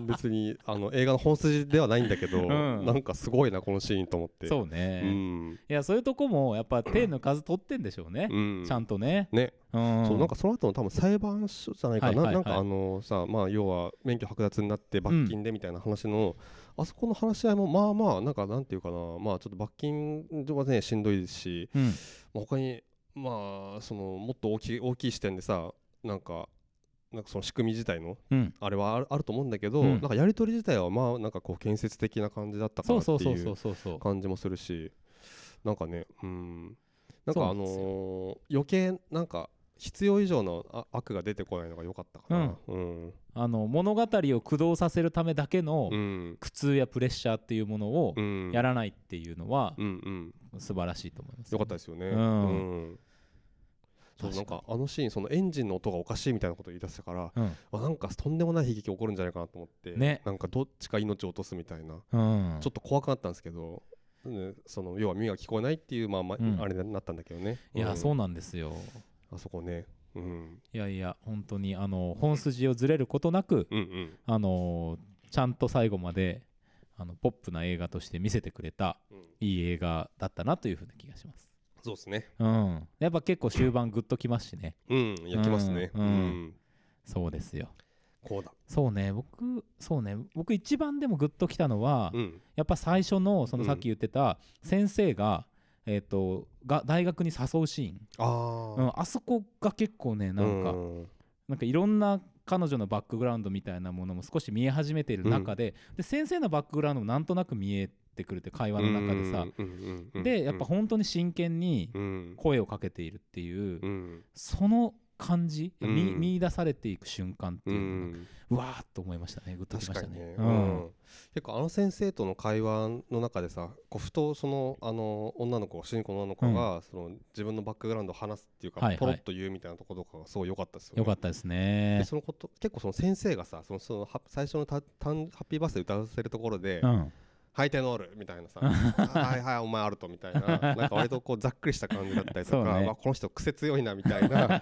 [SPEAKER 2] 別にあの映画の本筋ではないんだけど、
[SPEAKER 1] ん
[SPEAKER 2] なんかすごいなこのシーンと思ってう
[SPEAKER 1] そうね、い
[SPEAKER 2] ん、
[SPEAKER 1] やそういうとこもやっぱ手の数取ってんでしょうね、
[SPEAKER 2] うん、
[SPEAKER 1] ちゃんとね、
[SPEAKER 2] ね、
[SPEAKER 1] うん、
[SPEAKER 2] そうなんかその後の多分裁判所じゃないかな、
[SPEAKER 1] はいはい
[SPEAKER 2] な
[SPEAKER 1] はい
[SPEAKER 2] んかあのさまあ要は免許剥奪になって罰金でみたいな話の、あそこの話し合いもまあまあなんかなんていうかなまあちょっと罰金はねしんどいし、
[SPEAKER 1] うん
[SPEAKER 2] まあ、他にまあそのもっと大きい大きい視点でさなんかなんかその仕組み自体の
[SPEAKER 1] うん
[SPEAKER 2] あれはあるあると思うんだけど、
[SPEAKER 1] うん
[SPEAKER 2] なんかやり取り自体はまあなんかこう建設的な感じだったか
[SPEAKER 1] そう
[SPEAKER 2] なって
[SPEAKER 1] そうそう
[SPEAKER 2] い
[SPEAKER 1] そううそうそう
[SPEAKER 2] 感じもするしなんかねうんな
[SPEAKER 1] そ
[SPEAKER 2] ん
[SPEAKER 1] う
[SPEAKER 2] か
[SPEAKER 1] な
[SPEAKER 2] あ
[SPEAKER 1] ん
[SPEAKER 2] の
[SPEAKER 1] ですよ
[SPEAKER 2] ー余計なんか必要以上のあ悪が出てこないのが良かったかなうん
[SPEAKER 1] あの物語を駆動させるためだけの
[SPEAKER 2] うん
[SPEAKER 1] 苦痛やプレッシャーっていうものを
[SPEAKER 2] うん
[SPEAKER 1] やらないっていうのは
[SPEAKER 2] うんうん
[SPEAKER 1] 素晴らしいと思います、
[SPEAKER 2] 良かったですよね
[SPEAKER 1] う
[SPEAKER 2] うんんそうなん
[SPEAKER 1] 確かに
[SPEAKER 2] かあのシーンそのエンジンの音がおかしいみたいなこと言い出したから
[SPEAKER 1] うん
[SPEAKER 2] あなんかとんでもない悲劇起こるんじゃないかなと思って
[SPEAKER 1] ね
[SPEAKER 2] なんかどっちか命を落とすみたいな
[SPEAKER 1] うん、
[SPEAKER 2] ちょっと怖くなったんですけどねその要は耳が聞こえないっていうまあま
[SPEAKER 1] うん
[SPEAKER 2] ああれになったんだけどね
[SPEAKER 1] いや、
[SPEAKER 2] ん
[SPEAKER 1] そうなんですよ
[SPEAKER 2] あそこねうん
[SPEAKER 1] いやいや本当にあの本筋をずれることなく
[SPEAKER 2] うんうん
[SPEAKER 1] あのちゃんと最後まであのポップな映画として見せてくれた
[SPEAKER 2] うん
[SPEAKER 1] いい映画だったなというふうな気がします
[SPEAKER 2] そうですね。
[SPEAKER 1] うんやっぱ結構終盤グッときますしね
[SPEAKER 2] うん、焼きますね。
[SPEAKER 1] う
[SPEAKER 2] うんん、
[SPEAKER 1] うんそうですよ
[SPEAKER 2] こうだ。
[SPEAKER 1] そうね僕そうね僕一番でもグッときたのは、
[SPEAKER 2] うん、
[SPEAKER 1] やっぱ最初のその
[SPEAKER 2] うん
[SPEAKER 1] さっき言ってた先生が,、えー、とが大学に誘うシーン、
[SPEAKER 2] あ
[SPEAKER 1] う
[SPEAKER 2] あ、
[SPEAKER 1] ん、あそこが結構ねなんか、
[SPEAKER 2] うん
[SPEAKER 1] なんかいろんな彼女のバックグラウンドみたいなものも少し見え始めている中で,、で先生のバックグラウンドもなんとなく見えてくるって会話の中でさ、
[SPEAKER 2] うんうんうん
[SPEAKER 1] でやっぱ、本当に真剣に
[SPEAKER 2] うん、
[SPEAKER 1] 声をかけているっていう、
[SPEAKER 2] うん、
[SPEAKER 1] その感じ、
[SPEAKER 2] うん
[SPEAKER 1] 見見出されていく瞬間って
[SPEAKER 2] う
[SPEAKER 1] いうのが、
[SPEAKER 2] ん、
[SPEAKER 1] うわーっと思いましたねグッとき
[SPEAKER 2] 確
[SPEAKER 1] まし
[SPEAKER 2] か
[SPEAKER 1] た
[SPEAKER 2] に
[SPEAKER 1] ね
[SPEAKER 2] ね。
[SPEAKER 1] う
[SPEAKER 2] うんん、結構あの先生との会話の中でさ、こうふとそのあの女の子、主人公の女の子が、その自分のバックグラウンドを話すっていうか、
[SPEAKER 1] はいはい
[SPEAKER 2] ポロッと言うみたいなところとかがすごい良かったですよ、ね。
[SPEAKER 1] よかったです
[SPEAKER 2] で
[SPEAKER 1] ね。
[SPEAKER 2] そのこと結構その先生がさそのそのは最初のたたんハッピーバースデー歌わせるところで、
[SPEAKER 1] うん
[SPEAKER 2] ハイテノールみたい なさはいはいお前あるとみたいななんか割とこうざっくりした感じだったり
[SPEAKER 1] そう
[SPEAKER 2] とか、
[SPEAKER 1] ね
[SPEAKER 2] まあ、この人癖強いなみた いな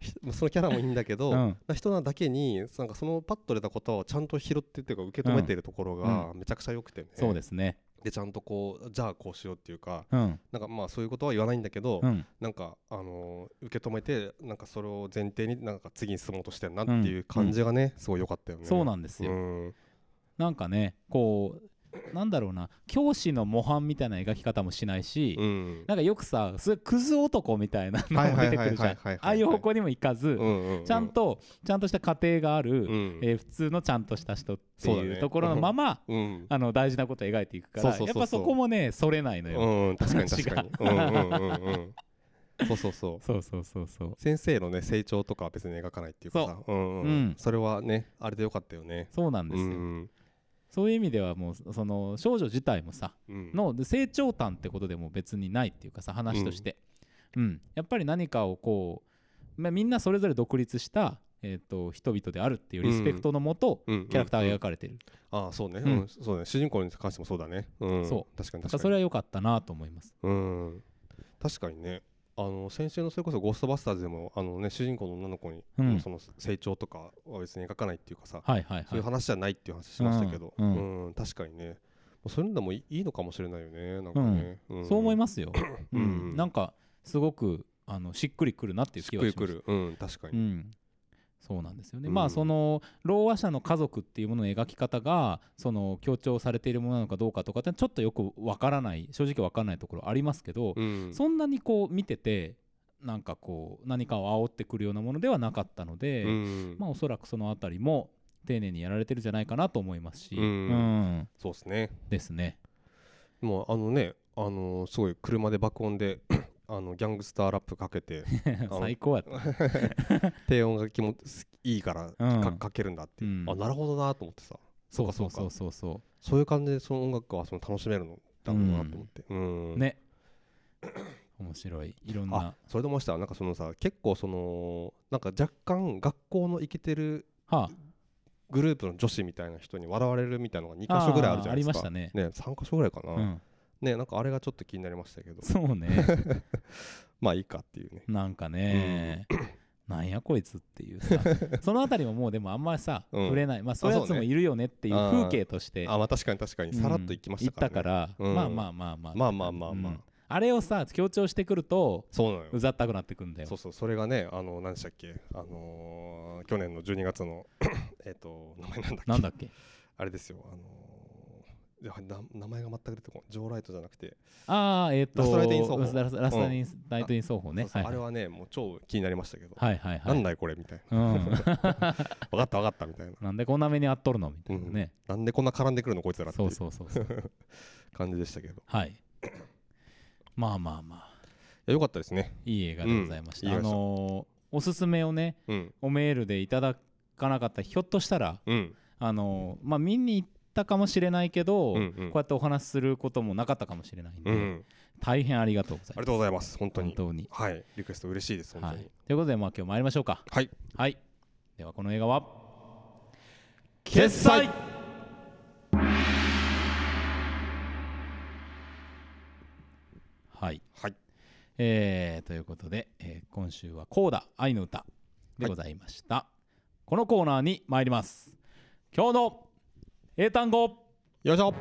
[SPEAKER 2] ひそのキャラもいいんだけど、
[SPEAKER 1] うん
[SPEAKER 2] な人なだけになんかそのパッと出たことをちゃんと拾ってっていうか受け止めてるところがめちゃくちゃ良くてね、
[SPEAKER 1] そうですね。
[SPEAKER 2] でちゃんとこうじゃあこうしようっていうか
[SPEAKER 1] うん
[SPEAKER 2] なんかまあそういうことは言わないんだけど、
[SPEAKER 1] うん
[SPEAKER 2] なんかあのー受け止めてなんかそれを前提になんか次に進もうとしてるなっていう感じがね、すごい良かったよね。
[SPEAKER 1] そうなんですよ、
[SPEAKER 2] うん
[SPEAKER 1] なんかねこうなんだろうな教師の模範みたいな描き方もしないし、
[SPEAKER 2] うん
[SPEAKER 1] なんかよくさそれクズ男みたいなのも出てくるじゃ
[SPEAKER 2] はいはいはいは
[SPEAKER 1] ん
[SPEAKER 2] いはいはいはい
[SPEAKER 1] ああいう方向にも行かず、
[SPEAKER 2] うんうんうん
[SPEAKER 1] ちゃんとちゃんとした家庭がある、
[SPEAKER 2] うん
[SPEAKER 1] えー普通のちゃんとした人って
[SPEAKER 2] そう
[SPEAKER 1] い
[SPEAKER 2] だ
[SPEAKER 1] う
[SPEAKER 2] ね
[SPEAKER 1] ところのまま、
[SPEAKER 2] うん
[SPEAKER 1] あの大事なことを描いていくから
[SPEAKER 2] そうそうそうそう
[SPEAKER 1] やっぱそこもねそれないのよ、
[SPEAKER 2] うん、確かに確かに。うんうんうんうん。そうそうそう。
[SPEAKER 1] そうそうそうそう
[SPEAKER 2] 先生のね成長とかは別に描かないっていうかさ、うんうん
[SPEAKER 1] うん
[SPEAKER 2] それはねあれでよかったよね。
[SPEAKER 1] そうなんで
[SPEAKER 2] う
[SPEAKER 1] すよ、
[SPEAKER 2] ん
[SPEAKER 1] そういう意味ではもうその少女自体もさ
[SPEAKER 2] うん、
[SPEAKER 1] の成長感ってことでも別にないっていうかさ話として、うんやっぱり何かをこう、まあ、みんなそれぞれ独立した、えー、と人々であるっていうリスペクトのもと、
[SPEAKER 2] うんうん
[SPEAKER 1] キャラクターが描かれてる、
[SPEAKER 2] ああそうね、
[SPEAKER 1] う
[SPEAKER 2] うんん、そうね主人公に関してもそうだね。うん、
[SPEAKER 1] そう
[SPEAKER 2] 確かに
[SPEAKER 1] だからそ
[SPEAKER 2] 確か
[SPEAKER 1] れ
[SPEAKER 2] に。
[SPEAKER 1] は良かったなと思います
[SPEAKER 2] うん確かにね。あの先週のそれこそ「ゴーストバスターズ」でもあの、ね、主人公の女の子に、
[SPEAKER 1] うん
[SPEAKER 2] その成長とかは別に描かないっていうかさ、
[SPEAKER 1] はいはい
[SPEAKER 2] そういう
[SPEAKER 1] はい
[SPEAKER 2] 話じゃないっていう話しましたけど、
[SPEAKER 1] う
[SPEAKER 2] うんん
[SPEAKER 1] う
[SPEAKER 2] 確かにねもうそういうのもいいいのかもしれないよねなんかね、ん
[SPEAKER 1] そう思い ますよ、う
[SPEAKER 2] うんん
[SPEAKER 1] なんかすごくあのしっくりくるなっていう
[SPEAKER 2] し
[SPEAKER 1] 気
[SPEAKER 2] っ
[SPEAKER 1] は
[SPEAKER 2] く
[SPEAKER 1] しま
[SPEAKER 2] り
[SPEAKER 1] す
[SPEAKER 2] くる、うん、確か
[SPEAKER 1] う
[SPEAKER 2] に、
[SPEAKER 1] ん、そうなんですよね、
[SPEAKER 2] うん
[SPEAKER 1] まあそのろう話者の家族っていうものの描き方がその強調されているものなのかどうかとかってちょっとよくわからない正直わからないところありますけど、
[SPEAKER 2] うん
[SPEAKER 1] そんなにこう見ててなんかこう何かを煽ってくるようなものではなかったので、
[SPEAKER 2] うん
[SPEAKER 1] まあおそらくその辺りも丁寧にやられてるんじゃないかなと思いますし、
[SPEAKER 2] うん
[SPEAKER 1] うん
[SPEAKER 2] そうですね
[SPEAKER 1] です ね。
[SPEAKER 2] もうあのねあのーすごい車で爆音で あのギャングスターラップか けての
[SPEAKER 1] 最高やった。
[SPEAKER 2] 低音が気持ちいいから
[SPEAKER 1] うん
[SPEAKER 2] かかけるんだっていう、
[SPEAKER 1] うん
[SPEAKER 2] あなるほどなと思ってさ
[SPEAKER 1] そうそう
[SPEAKER 2] か
[SPEAKER 1] そう
[SPEAKER 2] か
[SPEAKER 1] そうそう。
[SPEAKER 2] そういう感じでその音楽はその楽しめるのだろうなと思って、うん
[SPEAKER 1] ね面白いいろんな
[SPEAKER 2] あそれでもしたなんかそのさ結構そのなんか若干学校の生きてる
[SPEAKER 1] は
[SPEAKER 2] グループの女子みたいな人に笑われるみたいなのが2
[SPEAKER 1] あ
[SPEAKER 2] 箇所ぐらいあるじゃ
[SPEAKER 1] ー
[SPEAKER 2] ない
[SPEAKER 1] り
[SPEAKER 2] ですか
[SPEAKER 1] ましたね、
[SPEAKER 2] ね3箇所ぐらいかな、
[SPEAKER 1] うん、
[SPEAKER 2] ねなんかあれがちょっと気になりましたけど
[SPEAKER 1] そうね
[SPEAKER 2] まあいいかっていうね
[SPEAKER 1] なんかね、なんやこいつっていうさそのあたりももうでもあんまりさ、
[SPEAKER 2] うん
[SPEAKER 1] 触れないまあそういうやつもいるよねっていう
[SPEAKER 2] あそうね
[SPEAKER 1] 風景として
[SPEAKER 2] あまあ確かに確かにさらっと行きましたから,、ね
[SPEAKER 1] うん
[SPEAKER 2] うん
[SPEAKER 1] 行ったからまあまあまあまあ
[SPEAKER 2] まあまあまあまあ
[SPEAKER 1] うんあれをさ強調してくると
[SPEAKER 2] そうなのよ
[SPEAKER 1] うざったくなってくんだよ
[SPEAKER 2] そうそうそれがねあの何でしたっけあのー去年の12月の えっと名前なんだっけ
[SPEAKER 1] なんだっけ
[SPEAKER 2] あれですよあのーいやな名前が全く出てこないジョーライトじゃなくて、
[SPEAKER 1] ああえっ、と
[SPEAKER 2] ラストライトイン奏法
[SPEAKER 1] ラスラストライトライトイン奏法ね
[SPEAKER 2] そうそう
[SPEAKER 1] はい
[SPEAKER 2] あれ
[SPEAKER 1] はい
[SPEAKER 2] はねもう超気になりましたけど、
[SPEAKER 1] はいはいはい
[SPEAKER 2] なんだよこれみたいな
[SPEAKER 1] うん、
[SPEAKER 2] 分かった分かったみたいな
[SPEAKER 1] なんでこんな目にあっとるのみたいなね、
[SPEAKER 2] なんでこんな絡んでくるのこいつらってい
[SPEAKER 1] そううそうそうそう
[SPEAKER 2] 感じでしたけどい
[SPEAKER 1] はい。まあまあまあ、
[SPEAKER 2] やよかったですね
[SPEAKER 1] いい映画でございました。
[SPEAKER 2] うんいい
[SPEAKER 1] あ
[SPEAKER 2] 映画でした
[SPEAKER 1] のーおすすめをね、
[SPEAKER 2] うん
[SPEAKER 1] おメールでいただかなかったらひょっとしたら、
[SPEAKER 2] うん
[SPEAKER 1] あのーまあ、見に行ったかもしれないけど、
[SPEAKER 2] うんうん
[SPEAKER 1] こうやってお話しすることもなかったかもしれないんで、
[SPEAKER 2] うん
[SPEAKER 1] 大変ありがとうございま
[SPEAKER 2] ありが
[SPEAKER 1] す。
[SPEAKER 2] とうございます本当
[SPEAKER 1] 本
[SPEAKER 2] に
[SPEAKER 1] 当に。
[SPEAKER 2] はいリクエスト嬉しいです本
[SPEAKER 1] は
[SPEAKER 2] 当に
[SPEAKER 1] い、ということで、まあ、今日参りましょうか。
[SPEAKER 2] はい
[SPEAKER 1] はい。では、この映画は、
[SPEAKER 2] 決済
[SPEAKER 1] はい。
[SPEAKER 2] はい
[SPEAKER 1] えーということで、えー今週は「コーダ愛の歌」でございました、このコーナーに参ります今日の英単語
[SPEAKER 2] よいしょ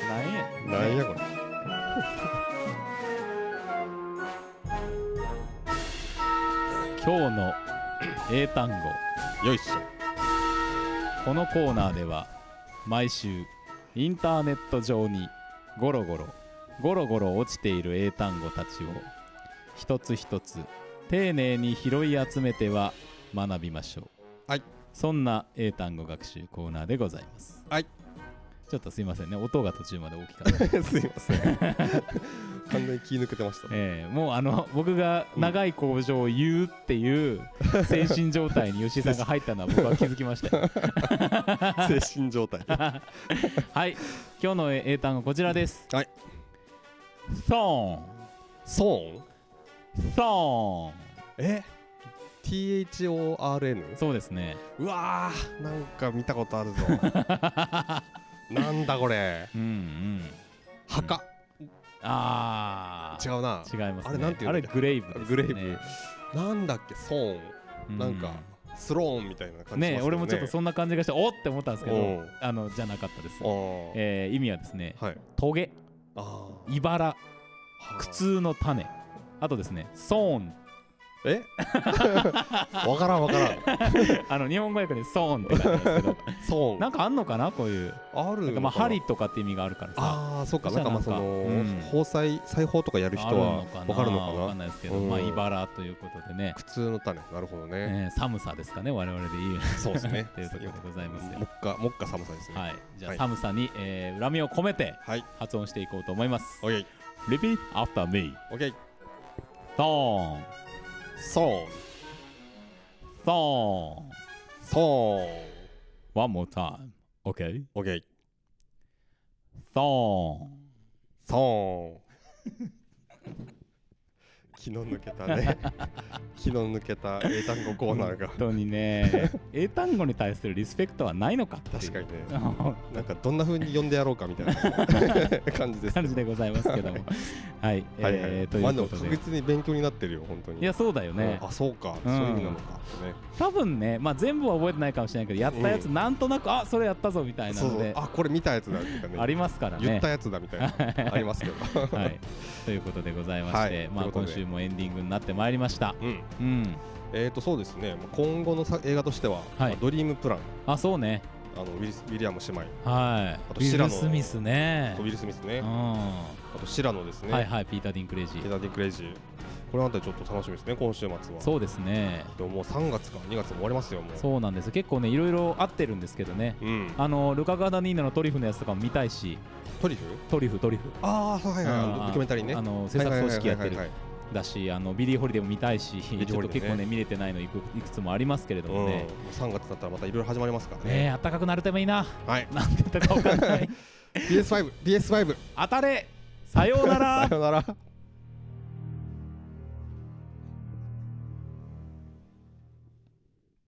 [SPEAKER 1] なんや
[SPEAKER 2] なんやこれ
[SPEAKER 1] 今日の英単語
[SPEAKER 2] よいしょ
[SPEAKER 1] このコーナーでは毎週インターネット上にゴロゴロゴロゴロ落ちている英単語たちを一つ一つ丁寧に拾い集めては学びましょう
[SPEAKER 2] はい
[SPEAKER 1] そんな英単語学習コーナーでございます
[SPEAKER 2] はい
[SPEAKER 1] ちょっとすいませんね音が途中まで大きかった
[SPEAKER 2] すいません 完全に気抜けてました
[SPEAKER 1] ええもうあの僕が長い工場を言うっていう精神状態に吉井さんが入ったのは僕は気づきましたよ
[SPEAKER 2] 精神状態
[SPEAKER 1] はい今日の英単語こちらです
[SPEAKER 2] はい
[SPEAKER 1] ソ
[SPEAKER 2] ソー
[SPEAKER 1] ー
[SPEAKER 2] ン
[SPEAKER 1] ンソ
[SPEAKER 2] え THORN
[SPEAKER 1] ーンそうですね
[SPEAKER 2] うわーなんか見たことある ぞなんだこれ
[SPEAKER 1] うんうん
[SPEAKER 2] 墓
[SPEAKER 1] あ
[SPEAKER 2] 違
[SPEAKER 1] あ
[SPEAKER 2] うな
[SPEAKER 1] 違いますね
[SPEAKER 2] あれなんてい
[SPEAKER 1] あ
[SPEAKER 2] うん
[SPEAKER 1] れ
[SPEAKER 2] だっけ
[SPEAKER 1] グレイブですね
[SPEAKER 2] グレイブなんだっけソーンなんかスローンみたいな感じしますけどね
[SPEAKER 1] ね俺もちょっとそんな感じがしておっって思ったんですけ
[SPEAKER 2] う
[SPEAKER 1] ど
[SPEAKER 2] ん
[SPEAKER 1] あのじゃなかったです、
[SPEAKER 2] あー
[SPEAKER 1] えー意味はですね
[SPEAKER 2] はい
[SPEAKER 1] トゲ
[SPEAKER 2] あー
[SPEAKER 1] いばら
[SPEAKER 2] はー
[SPEAKER 1] 苦痛の種あとですねソーン
[SPEAKER 2] え わからんわからん
[SPEAKER 1] あの日本語訳でソーンって 書いてあるんですけど
[SPEAKER 2] そう
[SPEAKER 1] なんかあんのかなこういう
[SPEAKER 2] ある
[SPEAKER 1] なんかまあ針とかって意味があるからさ
[SPEAKER 2] ああーそうか
[SPEAKER 1] そし
[SPEAKER 2] な
[SPEAKER 1] た
[SPEAKER 2] ん
[SPEAKER 1] ら
[SPEAKER 2] かまあそ
[SPEAKER 1] なんか
[SPEAKER 2] の
[SPEAKER 1] うん
[SPEAKER 2] 包裁裁縫とかやる人はわかるの
[SPEAKER 1] わか
[SPEAKER 2] か
[SPEAKER 1] ん
[SPEAKER 2] な
[SPEAKER 1] ないですけど、
[SPEAKER 2] うん
[SPEAKER 1] まあ、いばらということでね、
[SPEAKER 2] 苦痛の種なるほどね
[SPEAKER 1] えー寒さですかね、我々で言う。
[SPEAKER 2] そうで すね
[SPEAKER 1] ということでございますよ
[SPEAKER 2] もっかもっか寒さですね
[SPEAKER 1] はい、じゃ
[SPEAKER 2] は
[SPEAKER 1] あ、
[SPEAKER 2] い
[SPEAKER 1] 寒さに、えー恨みを込めて
[SPEAKER 2] はい
[SPEAKER 1] 発音していこうと思います。
[SPEAKER 2] オッケー
[SPEAKER 1] Repeat after me.
[SPEAKER 2] オッケー
[SPEAKER 1] トーン、
[SPEAKER 2] ソーン
[SPEAKER 1] トーン。
[SPEAKER 2] ソーン
[SPEAKER 1] One more time. Okay.
[SPEAKER 2] オッケー
[SPEAKER 1] トーン。
[SPEAKER 2] ソーン気の抜け たね気の抜けた英単語コーナーが
[SPEAKER 1] 本当に ね、英単語に対するリスペクトはないのかっていう
[SPEAKER 2] 確かにね
[SPEAKER 1] 感
[SPEAKER 2] なんかどんな風に呼んでやろうかみたいな 感じです
[SPEAKER 1] じでございますけども。はい、
[SPEAKER 2] はいはい
[SPEAKER 1] えーとい
[SPEAKER 2] まあ
[SPEAKER 1] う
[SPEAKER 2] でも
[SPEAKER 1] こと
[SPEAKER 2] 確
[SPEAKER 1] で。
[SPEAKER 2] 実に勉強になってるよ本当に
[SPEAKER 1] いや、そうだよね。
[SPEAKER 2] あそうか、そういう意味なのかね
[SPEAKER 1] 多分ね、まあ、全部は覚えてないかもしれないけどやったやつ
[SPEAKER 2] う
[SPEAKER 1] なんとなく、あそれやったぞみたいな
[SPEAKER 2] そう
[SPEAKER 1] の
[SPEAKER 2] そ
[SPEAKER 1] で
[SPEAKER 2] うあこれ見たやつだっていうかね
[SPEAKER 1] ありますからね。
[SPEAKER 2] 言ったやつだみたいな ありますけど
[SPEAKER 1] はい、ということでございまして、
[SPEAKER 2] はい
[SPEAKER 1] まあ、
[SPEAKER 2] ということ
[SPEAKER 1] 今
[SPEAKER 2] で
[SPEAKER 1] 週もエンディングになってまいりました。
[SPEAKER 2] うん
[SPEAKER 1] うん、
[SPEAKER 2] えーとそうですねまあ今後のさ映画としては、まあドリームプラン
[SPEAKER 1] あそうね、
[SPEAKER 2] あのウィリスウィリアム姉妹
[SPEAKER 1] はい。
[SPEAKER 2] あと
[SPEAKER 1] ウィ
[SPEAKER 2] シラ
[SPEAKER 1] ル・
[SPEAKER 2] ノ
[SPEAKER 1] スミスね
[SPEAKER 2] とウ。ィル・スミス
[SPEAKER 1] う
[SPEAKER 2] ね
[SPEAKER 1] ん、
[SPEAKER 2] あとシラノですね、
[SPEAKER 1] はいはい、ピーター・ディンクレイジ
[SPEAKER 2] ケ
[SPEAKER 1] ー。
[SPEAKER 2] ダディ・クレイジーこれあたりちょっと楽しみですね今週末は
[SPEAKER 1] そうですね、
[SPEAKER 2] でももう3月か2月も終わりますよもう
[SPEAKER 1] そうなんです。結構ね、いろいろ合ってるんですけどね。
[SPEAKER 2] うん
[SPEAKER 1] あのルカ・ガーダニーナのトリュフのやつとかも見たいし、
[SPEAKER 2] トリュフ
[SPEAKER 1] トリュフ、トリュフ。
[SPEAKER 2] ああはいはいはい
[SPEAKER 1] うん
[SPEAKER 2] ドキュメンタリーね
[SPEAKER 1] あの制作組織やってる
[SPEAKER 2] はいはいはいはい
[SPEAKER 1] だしあのビリー・ホリデーも見たいし、
[SPEAKER 2] リー
[SPEAKER 1] ちょっと
[SPEAKER 2] ホリデーね
[SPEAKER 1] 結構ね見れてないのいくいくつもありますけれど
[SPEAKER 2] うん
[SPEAKER 1] もね、
[SPEAKER 2] 3月だったらまたいろいろ始まりますから
[SPEAKER 1] ねえ
[SPEAKER 2] ね
[SPEAKER 1] あったかくなるためにな
[SPEAKER 2] はい
[SPEAKER 1] なんて言 ったかわかんない
[SPEAKER 2] PS5 PS5
[SPEAKER 1] 当たれさようなら
[SPEAKER 2] さよなら